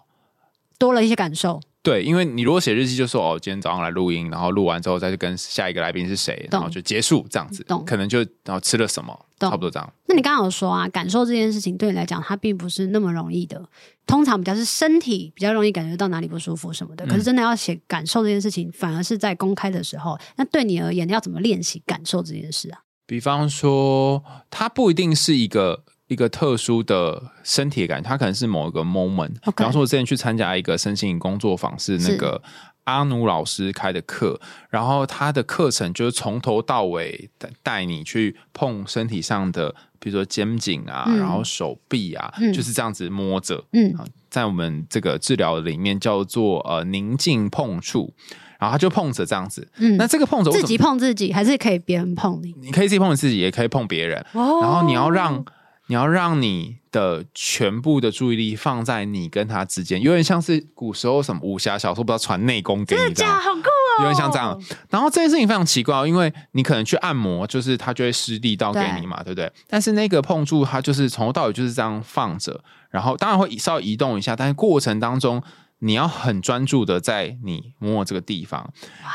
[SPEAKER 1] 多了一些感受。
[SPEAKER 2] 对，因为你如果写日记，就说哦，今天早上来录音，然后录完之后再去跟下一个来宾是谁，然后
[SPEAKER 1] 懂
[SPEAKER 2] 就结束这样子
[SPEAKER 1] 懂，
[SPEAKER 2] 可能就然后吃了什么，
[SPEAKER 1] 懂
[SPEAKER 2] 差不多这样。
[SPEAKER 1] 那你刚刚有说啊，感受这件事情对你来讲，它并不是那么容易的。通常比较是身体比较容易感觉到哪里不舒服什么的，可
[SPEAKER 2] 嗯
[SPEAKER 1] 是真的要写感受这件事情，反而是在公开的时候。那对你而言，要怎么练习感受这件事啊？
[SPEAKER 2] 比方说，它不一定是一个一个特殊的身体的感觉，它可能是某一个 moment。
[SPEAKER 1] OK
[SPEAKER 2] 比方说，我之前去参加一个身心灵工作坊，是那个阿努老师开的课，然后他的课程就是从头到尾带带你去碰身体上的，比如说肩颈啊，
[SPEAKER 1] 嗯
[SPEAKER 2] 然后手臂啊，
[SPEAKER 1] 嗯
[SPEAKER 2] 就是这样子摸着。啊
[SPEAKER 1] 嗯，
[SPEAKER 2] 在我们这个治疗里面叫做呃宁静碰触，然后他就碰着这样子。
[SPEAKER 1] 嗯
[SPEAKER 2] 那这个碰着我
[SPEAKER 1] 自
[SPEAKER 2] 怎么
[SPEAKER 1] 己碰自己，还是可以别人碰你。
[SPEAKER 2] 你可以自己碰你自己，也可以碰别人。
[SPEAKER 1] 哦
[SPEAKER 2] 然后你要让你要让你的全部的注意力放在你跟他之间，有点像是古时候什么武侠小说，不知道传内功给你这样。
[SPEAKER 1] 好酷哦
[SPEAKER 2] 有点像这样，然后这件事情非常奇怪哦，因为你可能去按摩，就是它就会施力道给你嘛，对不对？但是那个碰触，它就是从头到尾就是这样放着，然后当然会稍微移动一下，但是过程当中你要很专注的在你摸这个地方，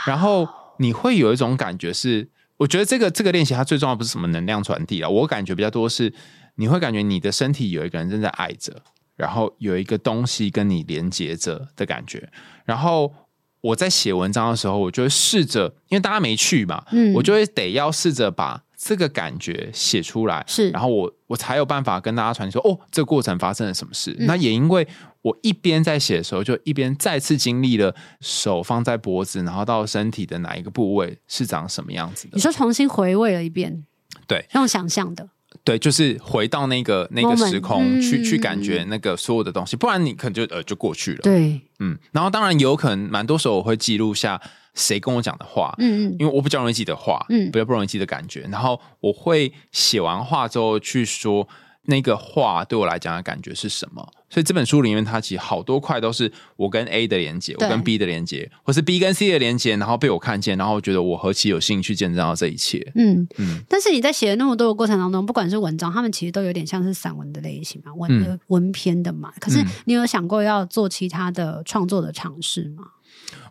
[SPEAKER 2] 然后你会有一种感觉是，我觉得这个这个练习它最重要不是什么能量传递了，我感觉比较多是你会感觉你的身体有一个人正在爱着，然后有一个东西跟你连接着的感觉，然后。我在写文章的时候，我就会试着，因为大家没去嘛，
[SPEAKER 1] 嗯
[SPEAKER 2] 我就会得要试着把这个感觉写出来，
[SPEAKER 1] 是
[SPEAKER 2] 然后我我才有办法跟大家传递说，哦，这个过程发生了什么事。
[SPEAKER 1] 嗯
[SPEAKER 2] 那也因为我一边在写的时候，就一边再次经历了手放在脖子，然后到身体的哪一个部位是长什么样子的
[SPEAKER 1] 你。说重新回味了一遍，
[SPEAKER 2] 对，
[SPEAKER 1] 用想象的，
[SPEAKER 2] 对，就是回到那个那个
[SPEAKER 1] Moment，
[SPEAKER 2] 时空去
[SPEAKER 1] 嗯
[SPEAKER 2] 去感觉那个所有的东西，不然你可能就呃就过去了。
[SPEAKER 1] 对，
[SPEAKER 2] 嗯，然后当然也有可能蛮多时候我会记录下谁跟我讲的话，
[SPEAKER 1] 嗯嗯，
[SPEAKER 2] 因为我比较容易记得话，
[SPEAKER 1] 嗯
[SPEAKER 2] 嗯，比较不容易记得感觉。然后我会写完话之后去说那个话对我来讲的感觉是什么。所以这本书里面，它其实好多块都是我跟 A 的连接，
[SPEAKER 1] 对
[SPEAKER 2] 我跟 B 的连接，或是 B 跟 C 的连接，然后被我看见，然后觉得我何其有幸去见证到这一切。
[SPEAKER 1] 嗯
[SPEAKER 2] 嗯，
[SPEAKER 1] 但是你在写的那么多的过程当中，不管是文章，他们其实都有点像是散文的类型嘛，文、
[SPEAKER 2] 嗯
[SPEAKER 1] 文篇的嘛。可是
[SPEAKER 2] 嗯
[SPEAKER 1] 你有想过要做其他的创作的尝试吗？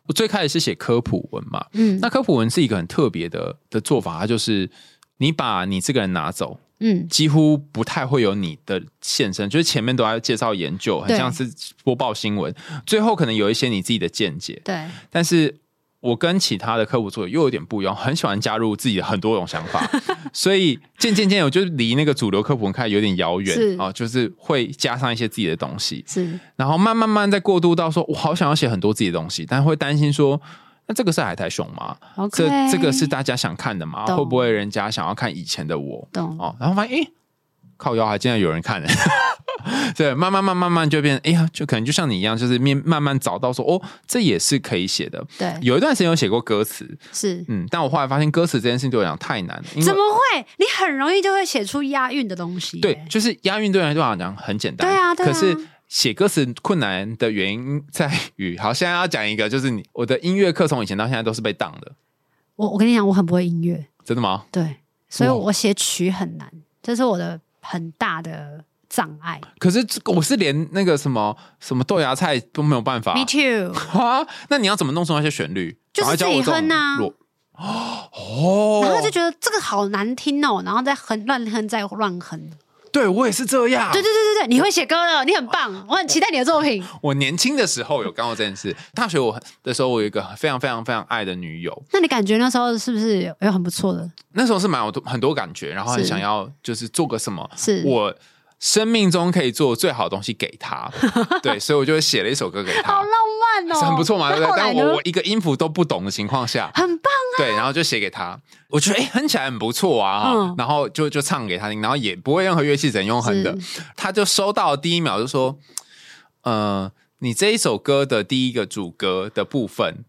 [SPEAKER 2] 我最开始是写科普文嘛，
[SPEAKER 1] 嗯
[SPEAKER 2] 那科普文是一个很特别的的做法，它就是你把你这个人拿走，
[SPEAKER 1] 嗯，
[SPEAKER 2] 几乎不太会有你的现身，就是前面都在介绍研究，很
[SPEAKER 1] 对
[SPEAKER 2] 像是播报新闻，最后可能有一些你自己的见解。
[SPEAKER 1] 对，
[SPEAKER 2] 但是我跟其他的科普作者又有点不一样，很喜欢加入自己的很多种想法，所以渐渐渐，我就离那个主流科普文开始有点遥
[SPEAKER 1] 是
[SPEAKER 2] 远啊，就是会加上一些自己的东西，
[SPEAKER 1] 是
[SPEAKER 2] 然后慢慢慢再过渡到说，我好想要写很多自己的东西，但会担心说，那这个是海苔熊吗？
[SPEAKER 1] OK，
[SPEAKER 2] 这这个是大家想看的吗？
[SPEAKER 1] 懂
[SPEAKER 2] 会不会人家想要看以前的我？
[SPEAKER 1] 懂
[SPEAKER 2] 哦，然后发现诶，靠腰还竟然有人看呢、 (laughs) 对，慢慢慢慢慢就变，哎呀，就可能就像你一样，就是面慢慢找到说，哦，这也是可以写的。
[SPEAKER 1] 对
[SPEAKER 2] 有一段时间有写过歌词，
[SPEAKER 1] 是。
[SPEAKER 2] 嗯，但我后来发现歌词这件事情对我来讲太难，因
[SPEAKER 1] 怎
[SPEAKER 2] 为
[SPEAKER 1] 么会？你很容易就会写出押韵的东西、
[SPEAKER 2] 对，，就是押韵对我来讲很简单，
[SPEAKER 1] 对啊对啊
[SPEAKER 2] 可是。写歌词困难的原因在于，好，现在要讲一个，就是你我的音乐课从以前到现在都是被当的，
[SPEAKER 1] 我我跟你讲，我很不会音乐，
[SPEAKER 2] 真的吗？
[SPEAKER 1] 对，所以
[SPEAKER 2] 哇
[SPEAKER 1] 我写曲很难，这是我的很大的障碍。
[SPEAKER 2] 可是这个我是连那个什么什么豆芽菜都没有办法、
[SPEAKER 1] Me too。
[SPEAKER 2] 啊，那你要怎么弄出那些旋律？
[SPEAKER 1] 就是
[SPEAKER 2] 赶快教我
[SPEAKER 1] 自己哼啊
[SPEAKER 2] 这种弱哦，
[SPEAKER 1] 然后就觉得这个好难听哦，然后再哼乱哼再乱哼。
[SPEAKER 2] 对我也是这样。
[SPEAKER 1] 对对对对对，你会写歌了，你很棒，我很期待你的作品。
[SPEAKER 2] 我年轻的时候有干过这件事。大学我的时候，我有一个非常非常非常爱的女友，
[SPEAKER 1] 那你感觉那时候是不是有很不错的？
[SPEAKER 2] 那时候是蛮有多很多感觉，然后很
[SPEAKER 1] 是
[SPEAKER 2] 想要就是做个什么，
[SPEAKER 1] 是
[SPEAKER 2] 我生命中可以做最好的东西给她。
[SPEAKER 1] (laughs)
[SPEAKER 2] 对，所以我就写了一首歌给她
[SPEAKER 1] 好。浪漫哦，
[SPEAKER 2] 是很不错嘛，对不
[SPEAKER 1] 那
[SPEAKER 2] 对？
[SPEAKER 1] 后
[SPEAKER 2] 但
[SPEAKER 1] 来
[SPEAKER 2] 我
[SPEAKER 1] 呢
[SPEAKER 2] 我？一个音符都不懂的情况下，
[SPEAKER 1] 很棒，
[SPEAKER 2] (laughs) 对，然后就写给他，我觉得哎、诶哼起来很不错啊，
[SPEAKER 1] 嗯
[SPEAKER 2] 然后就就唱给他听，然后也不会任何乐器，只能用哼的。他就收到第一秒就说，呃，你这一首歌的第一个主歌的部分。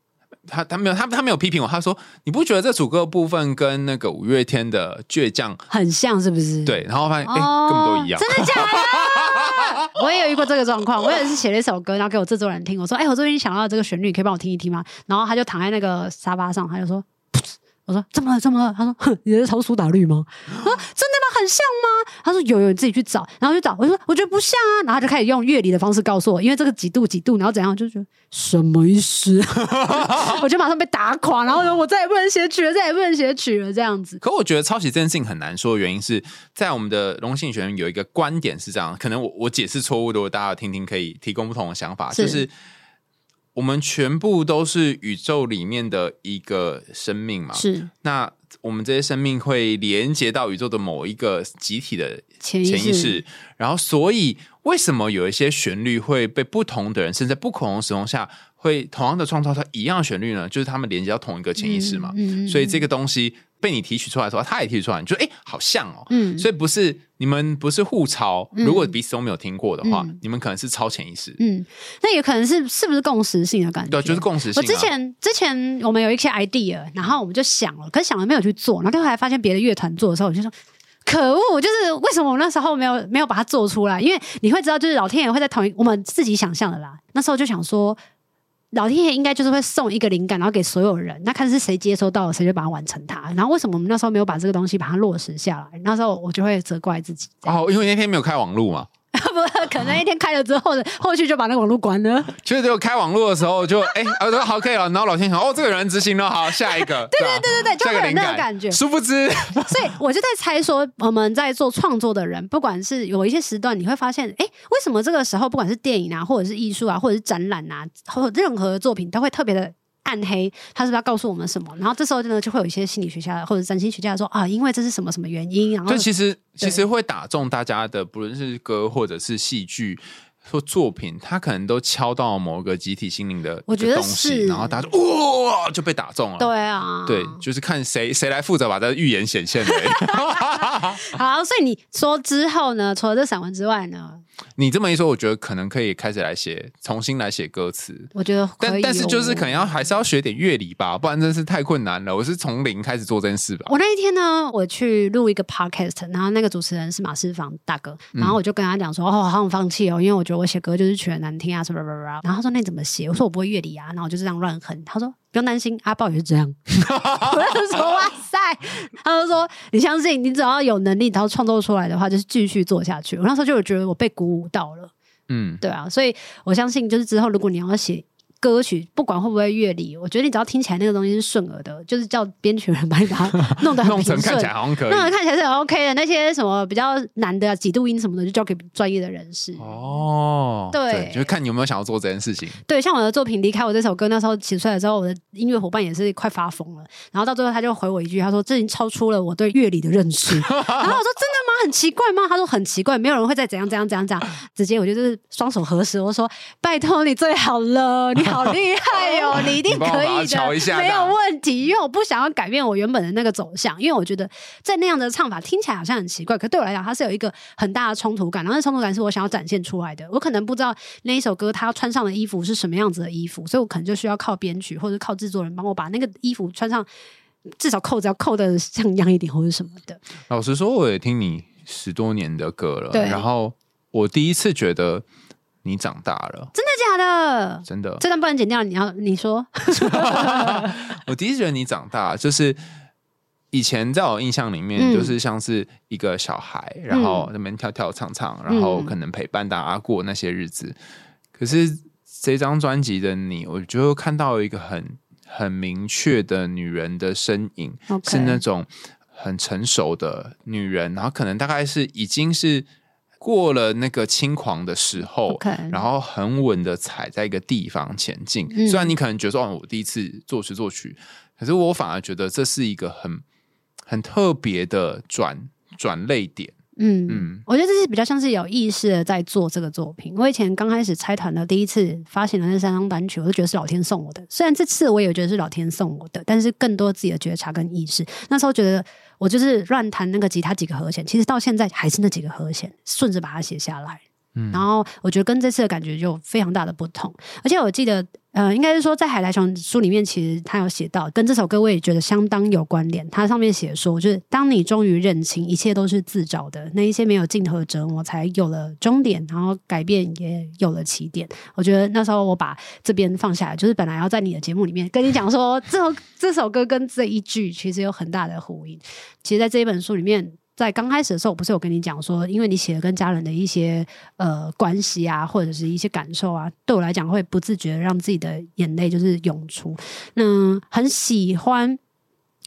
[SPEAKER 2] 他他没有他他没有批评我，他说你不觉得这主歌的部分跟那个五月天的倔强
[SPEAKER 1] 很像是不是？
[SPEAKER 2] 对，然后发现哎、诶
[SPEAKER 1] 哦，
[SPEAKER 2] 根本都一样，
[SPEAKER 1] 真的假
[SPEAKER 2] (laughs)
[SPEAKER 1] 的？我也有遇过这个状况，我也是写了一首歌，然后给我制作人听，我说：“哎、我最近想到这个旋律，你可以帮我听一听吗？”然后他就躺在那个沙发上，他就说噗：“我说怎么了怎么了？他说哼，你在抄苏打绿吗？我说真的吗？很像吗？他说有有，你自己去找。然后就找，我就说我觉得不像啊。然后他就开始用乐理的方式告诉我，因为这个几度几度，然后怎样，我就觉得什么意思？ (laughs) 我就马上被打垮，然后呢，我再也不能写曲了，再也不能写曲了，这样子。
[SPEAKER 2] 可我觉得抄袭这件事情很难说，的原因是在我们的龙信学院有一个观点是这样，可能我我解释错误的，如果大家听听可以提供不同的想法，
[SPEAKER 1] 是
[SPEAKER 2] 就是我们全部都是宇宙里面的一个生命嘛，
[SPEAKER 1] 是
[SPEAKER 2] 那我们这些生命会连接到宇宙的某一个集体的
[SPEAKER 1] 潜意识
[SPEAKER 2] 意识，然后所以为什么有一些旋律会被不同的人，甚至在不同的使用下，会同样的创造出一样的旋律呢？就是他们连接到同一个潜意识嘛。
[SPEAKER 1] 嗯嗯嗯
[SPEAKER 2] 所以这个东西被你提取出来的时候，他也提取出来，你就哎、诶好像哦。
[SPEAKER 1] 嗯
[SPEAKER 2] 所以不是你们不是互抄，
[SPEAKER 1] 嗯
[SPEAKER 2] 如果彼此都没有听过的话，
[SPEAKER 1] 嗯
[SPEAKER 2] 你们可能是超潜意识，
[SPEAKER 1] 嗯，那也可能是是不是共识性的感觉？
[SPEAKER 2] 对，就是共识性、啊。
[SPEAKER 1] 我之前之前我们有一些 idea，然后我们就想了，可是想了没有去做，然后后来发现别的乐团做的时候，我就说。可恶！就是为什么我那时候没有没有把它做出来？因为你会知道，就是老天爷会在同一我们自己想象的啦。那时候就想说，老天爷应该就是会送一个灵感，然后给所有人，那看是谁接收到了，谁就把它完成它。然后为什么我们那时候没有把这个东西把它落实下来？那时候我就会责怪自己。 (laughs)
[SPEAKER 2] 哦，因为那天没有开网路嘛，
[SPEAKER 1] 不，可能那一天开了之后的后续就把那个网络关了。
[SPEAKER 2] 就是只有开网络的时候就，哎，啊，说好可以了，然后老天想，哦，这个人执行了，好，下一
[SPEAKER 1] (laughs)
[SPEAKER 2] 个，对对
[SPEAKER 1] 对对对就
[SPEAKER 2] 下
[SPEAKER 1] 会
[SPEAKER 2] 一个
[SPEAKER 1] 有
[SPEAKER 2] 灵
[SPEAKER 1] 那种
[SPEAKER 2] 感
[SPEAKER 1] 感觉
[SPEAKER 2] 殊不知，
[SPEAKER 1] 所以我就在猜说，我们在做创作的人，不管是有一些时段，你会发现，哎、为什么这个时候，不管是电影啊，或者是艺术啊，或者是展览啊，或者任何作品，都会特别的暗黑，它是不是要告诉我们什么？然后这时候呢，就会有一些心理学家或者占星学家说啊，因为这是什么什么原因，然后
[SPEAKER 2] 就其实其实会打中大家的，不论是歌或者是戏剧。说作品，它可能都敲到某个集体心灵的
[SPEAKER 1] 我觉得
[SPEAKER 2] 一个东西，
[SPEAKER 1] 是
[SPEAKER 2] 然后大家就哇就被打中了。
[SPEAKER 1] 对啊，
[SPEAKER 2] 对，就是看谁谁来负责把这预言显现
[SPEAKER 1] (laughs)
[SPEAKER 2] 的。
[SPEAKER 1] 好，所以你说之后呢，除了这散文之外呢，
[SPEAKER 2] 你这么一说，我觉得可能可以开始来写，重新来写歌词。
[SPEAKER 1] 我觉得可以
[SPEAKER 2] 但但是
[SPEAKER 1] 哦
[SPEAKER 2] 就是可能要还是要学点乐理吧，不然真是太困难了。我是从零开始做这件事吧。
[SPEAKER 1] 我那一天呢，我去录一个 podcast，然后那个主持人是马世芳大哥，然后我就跟他讲说，哦，我好想放弃哦，因为我觉得我写歌就是曲很难听啊，什么什么什么。然后他说那你怎么写？我说我不会乐理啊，然后我就这样乱哼。他说不用担心，阿豹也是这样。我就说哇塞，他就说你相信，你只要有能力，然后创作出来的话，就是继续做下去。我那时候就有觉得我被鼓舞到了。
[SPEAKER 2] 嗯，
[SPEAKER 1] 对啊，所以我相信，就是之后如果你要写歌曲，不管会不会乐理，我觉得你只要听起来那个东西是顺耳的，就是叫编曲人把你把它弄得很
[SPEAKER 2] (laughs) 弄
[SPEAKER 1] 平
[SPEAKER 2] 成看
[SPEAKER 1] 顺
[SPEAKER 2] 起来。好像可以
[SPEAKER 1] 弄。得看起来是很 OK 的，那些什么比较难的啊几度音什么的，就交给专业的人士。
[SPEAKER 2] 哦，
[SPEAKER 1] 对
[SPEAKER 2] 就是看你有没有想要做这件事情。
[SPEAKER 1] 对，像我的作品《离开我》这首歌，那时候写出来之后，我的音乐伙伴也是快发疯了。然后到最后，他就回我一句，他说：“这已经超出了我对乐理的认识。”然后我说：“真的
[SPEAKER 2] (laughs)
[SPEAKER 1] 吗？很奇怪吗？”他说：“很奇怪，没有人会再怎样怎样怎样怎
[SPEAKER 2] (laughs)
[SPEAKER 1] 样。”直接我就是双手合十，我说：“拜托你最好了，你好厉害
[SPEAKER 2] (laughs)
[SPEAKER 1] 哦，你一定
[SPEAKER 2] 你帮我
[SPEAKER 1] 可
[SPEAKER 2] 把它
[SPEAKER 1] 以
[SPEAKER 2] 瞧
[SPEAKER 1] 的，
[SPEAKER 2] 一下
[SPEAKER 1] 没
[SPEAKER 2] 这
[SPEAKER 1] 有
[SPEAKER 2] 样
[SPEAKER 1] 问题。”因为我不想要改变我原本的那个走向，因为我觉得在那样的唱法听起来好像很奇怪，可对我来讲，它是有一个很大的冲突感，然后那冲突感是我想要展现出来的。我可能不知道那一首歌他穿上的衣服是什么样子的衣服，所以我可能就需要靠编曲或者靠制作人帮我把那个衣服穿上，至少扣子要扣的像样一点或者什么的。
[SPEAKER 2] 老实说，我也听你十多年的歌了，
[SPEAKER 1] 对
[SPEAKER 2] 然后我第一次觉得你长大了，
[SPEAKER 1] 真的假的？
[SPEAKER 2] 真的，
[SPEAKER 1] 这段不能剪掉，你要你说
[SPEAKER 2] (laughs) 我第一次觉得你长大，就是以前在我印象里面，
[SPEAKER 1] 嗯
[SPEAKER 2] 就是像是一个小孩，然后那边跳跳唱唱，然后可能陪伴大家过那些日子。可是这张专辑的你，我就看到一个很很明确的女人的身影，
[SPEAKER 1] OK
[SPEAKER 2] 是那种很成熟的女人，然后可能大概是已经是。过了那个轻狂的时
[SPEAKER 1] (laughs)
[SPEAKER 2] 候
[SPEAKER 1] OK
[SPEAKER 2] 哦然后很稳的踩在一个地方前进。
[SPEAKER 1] 嗯
[SPEAKER 2] 虽然你可能觉得说，哦，我第一次作词作曲，可是我反而觉得这是一个很很特别的转转类点。
[SPEAKER 1] 嗯。
[SPEAKER 2] 嗯，
[SPEAKER 1] 我觉得这是比较像是有意识的在做这个作品。我以前刚开始拆团的第一次发行的那三张单曲，我就觉得是老天送我的。虽然这次我也觉得是老天送我的，但是更多自己的觉察跟意识。那时候觉得我就是乱弹那个吉他几个和弦，其实到现在还是那几个和弦，顺
[SPEAKER 2] 嗯
[SPEAKER 1] 着把它写下来。然后我觉得跟这次的感觉就有非常大的不同，而且我记得呃，应该是说在《海苔熊》书里面，其实他有写到，跟这首歌我也觉得相当有关联。它上面写说，就是当你终于认清一切都是自找的，那一些没有尽头的折磨，才有了终点，然后改变也有了起点。我觉得那时候我把这边放下来，就是本来要在你的节目里面跟你讲说，这首这首歌跟这一句其实有很大的呼应。其实，在这一本书里面。在刚开始的时候，我不是有跟你讲说，因为你写的跟家人的一些呃关系啊，或者是一些感受啊，对我来讲会不自觉地让自己的眼泪就是涌出。那很喜欢，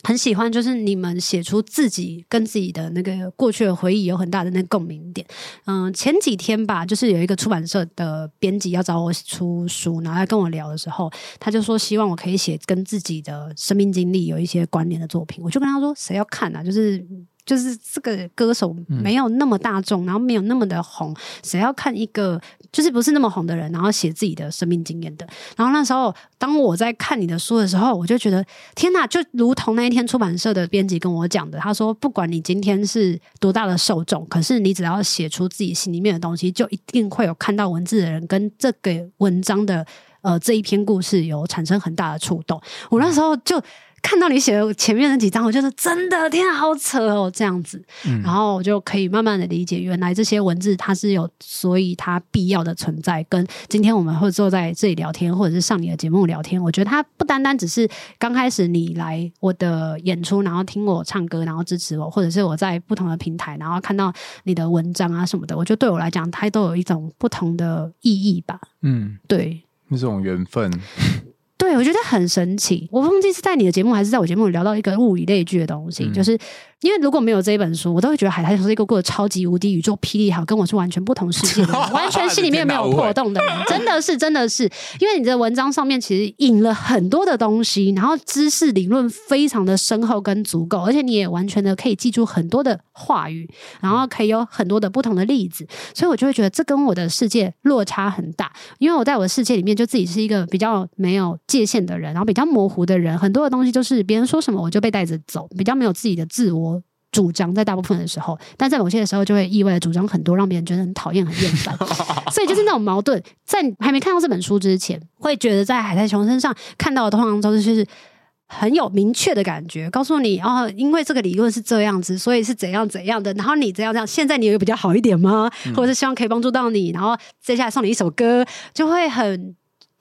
[SPEAKER 1] 很喜欢，就是你们写出自己跟自己的那个过去的回忆有很大的那个共鸣点。嗯，前几天吧，就是有一个出版社的编辑要找我出书，然后他跟我聊的时候，他就说希望我可以写跟自己的生命经历有一些关联的作品。我就跟他说，谁要看啊？就是就是这个歌手没有那么大众，然后没有那么的红，谁要看一个就是不是那么红的人，然后写自己的生命经验的？然后那时候，当我在看你的书的时候，我就觉得天哪！就如同那一天出版社的编辑跟我讲的，他说，不管你今天是多大的受众，可是你只要写出自己心里面的东西，就一定会有看到文字的人跟这个文章的呃这一篇故事有产生很大的触动。我那时候就。看到你写的前面那几张，我觉得真的天啊，好扯哦，这样子，然后我就可以慢慢的理解，原来这些文字它是有，所以它必要的存在。跟今天我们会坐在这里聊天，或者是上你的节目聊天，我觉得它不单单只是刚开始你来我的演出，然后听我唱歌，然后支持我，或者是我在不同的平台，然后看到你的文章啊什么的，我觉得对我来讲，它都有一种不同的意义吧。
[SPEAKER 2] 嗯，
[SPEAKER 1] 对，
[SPEAKER 2] 那种缘分，
[SPEAKER 1] 对，我觉得很神奇。我忘记是在你的节目还是在我节目里聊到一个物以类聚的东西，
[SPEAKER 2] 嗯
[SPEAKER 1] 就是因为如果没有这一本书，我都会觉得海苔熊是一个过得超级无敌宇宙霹雳好，跟我是完全不同世界的人，完全心里面没有破洞的人， (laughs) 真的是真的是，因为你的文章上面其实引了很多的东西，然后知识理论非常的深厚跟足够，而且你也完全的可以记住很多的话语，然后可以有很多的不同的例子，所以我就会觉得这跟我的世界落差很大，因为我在我的世界里面就自己是一个比较没有界限的人，然后比较模糊的人，很多的东西就是别人说什么我就被带着走，比较没有自己的自我。主张在大部分的时候，但在某些的时候就会意外的主张很多，让别人觉得很讨厌、很厌烦。所以就是那种矛盾，在还没看到这本书之前，会觉得在海苔熊身上看到的通常都是很有明确的感觉，告诉你哦，因为这个理论是这样子，所以是怎样怎样的，然后你怎样怎样，现在你有比较好一点吗？
[SPEAKER 2] 嗯
[SPEAKER 1] 或者是希望可以帮助到你，然后接下来送你一首歌，就会很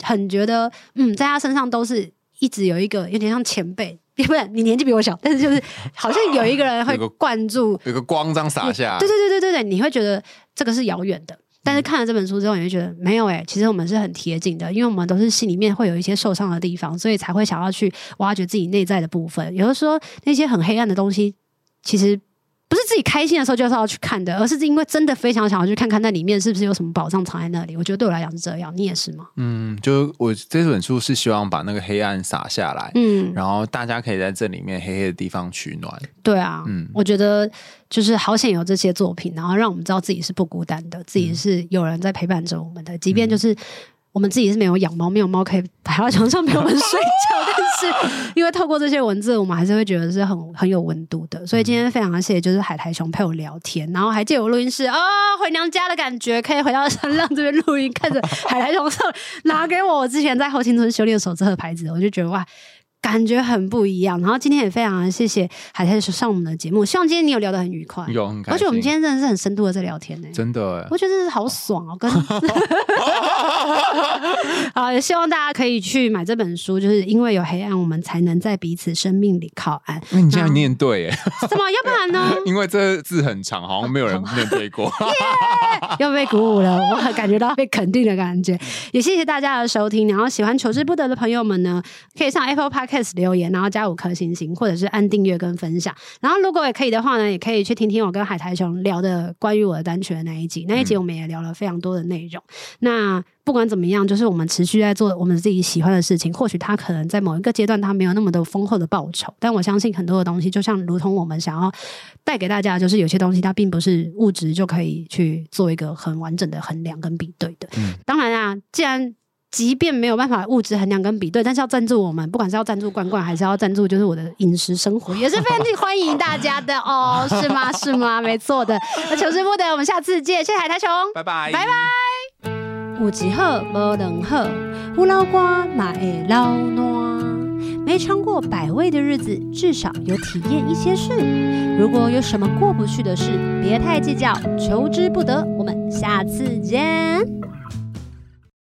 [SPEAKER 1] 很觉得，嗯，在他身上都是一直有一个有点像前辈，也不是你年纪比我小，但是就是好像有一个人会
[SPEAKER 2] (laughs) 有个
[SPEAKER 1] 灌注
[SPEAKER 2] 有个光这样洒下，
[SPEAKER 1] 对对对对对对，你会觉得这个是遥远的。但是看了这本书之后，你会觉得没有诶、其实我们是很贴近的，因为我们都是心里面会有一些受伤的地方，所以才会想要去挖掘自己内在的部分。有的时候那些很黑暗的东西，其实不是自己开心的时候就是要去看的，而是因为真的非常想要去看看那里面是不是有什么宝藏藏在那里。我觉得对我来讲是这样，你也是吗？
[SPEAKER 2] 嗯，就我这本书是希望把那个黑暗洒下来，
[SPEAKER 1] 嗯，
[SPEAKER 2] 然后大家可以在这里面黑黑的地方取暖。
[SPEAKER 1] 对啊，
[SPEAKER 2] 嗯
[SPEAKER 1] 我觉得就是好险有这些作品，然后让我们知道自己是不孤单的，自己是有人在陪伴着我们的，即便就是。我们自己是没有养猫，没有猫可以摆到床上陪我们睡觉，但是因为透过这些文字，我们还是会觉得是很很有温度的。所以今天非常谢谢就是海苔熊陪我聊天，然后还借我录音室啊、回娘家的感觉，可以回到山浪这边录音，看着海苔熊上拿给我我之前在后青村修炼手册的牌子，我就觉得哇，感觉很不一样。然后今天也非常谢谢海苔上我们的节目，希望今天你有聊得很愉快，
[SPEAKER 2] 有很开心
[SPEAKER 1] 而且我们今天真的是很深度的在聊天呢、
[SPEAKER 2] 真的
[SPEAKER 1] 我觉得真是好爽
[SPEAKER 2] (laughs)
[SPEAKER 1] 哦，跟 (laughs) 好，也希望大家可以去买这本书，就是因为有黑暗，我们才能在彼此生命里靠岸。
[SPEAKER 2] 欸，你竟然念对哎，
[SPEAKER 1] 怎么？要不然呢？
[SPEAKER 2] 因为这字很长，好像没
[SPEAKER 1] (laughs)
[SPEAKER 2] 有人念对过。
[SPEAKER 1] 又被鼓舞了，我很感觉到被肯定的感觉。也谢谢大家的收听，然后喜欢求之不得的朋友们呢，可以上 Apple Podcast 留言，然后加五颗星星，或者是按订阅跟分享。然后如果也可以的话呢，也可以去听听我跟海苔熊聊的关于我的单曲的那一集，那一集我们也聊了非常多的内容。那不管怎么样，就是我们持续在做我们自己喜欢的事情。或许它可能在某一个阶段，它没有那么的丰厚的报酬，但我相信很多的东西，就像如同我们想要带给大家，就是有些东西它并不是物质就可以去做一个很完整的衡量跟比对的。
[SPEAKER 2] 嗯
[SPEAKER 1] 当然啊，既然即便没有办法物质衡量跟比对，但是要赞助我们，不管是要赞助罐罐，还是要赞助就是我的饮食生活，也是非常欢迎大家的哦，是吗？是吗？没错的。那求之不得，我们下次见，谢谢海苔熊。
[SPEAKER 2] 拜拜，
[SPEAKER 1] 拜拜。有一好无两好，胡老瓜买老暖，没尝过百味的日子，至少有体验一些事。如果有什么过不去的事，别太计较，求之不得。我们下次见。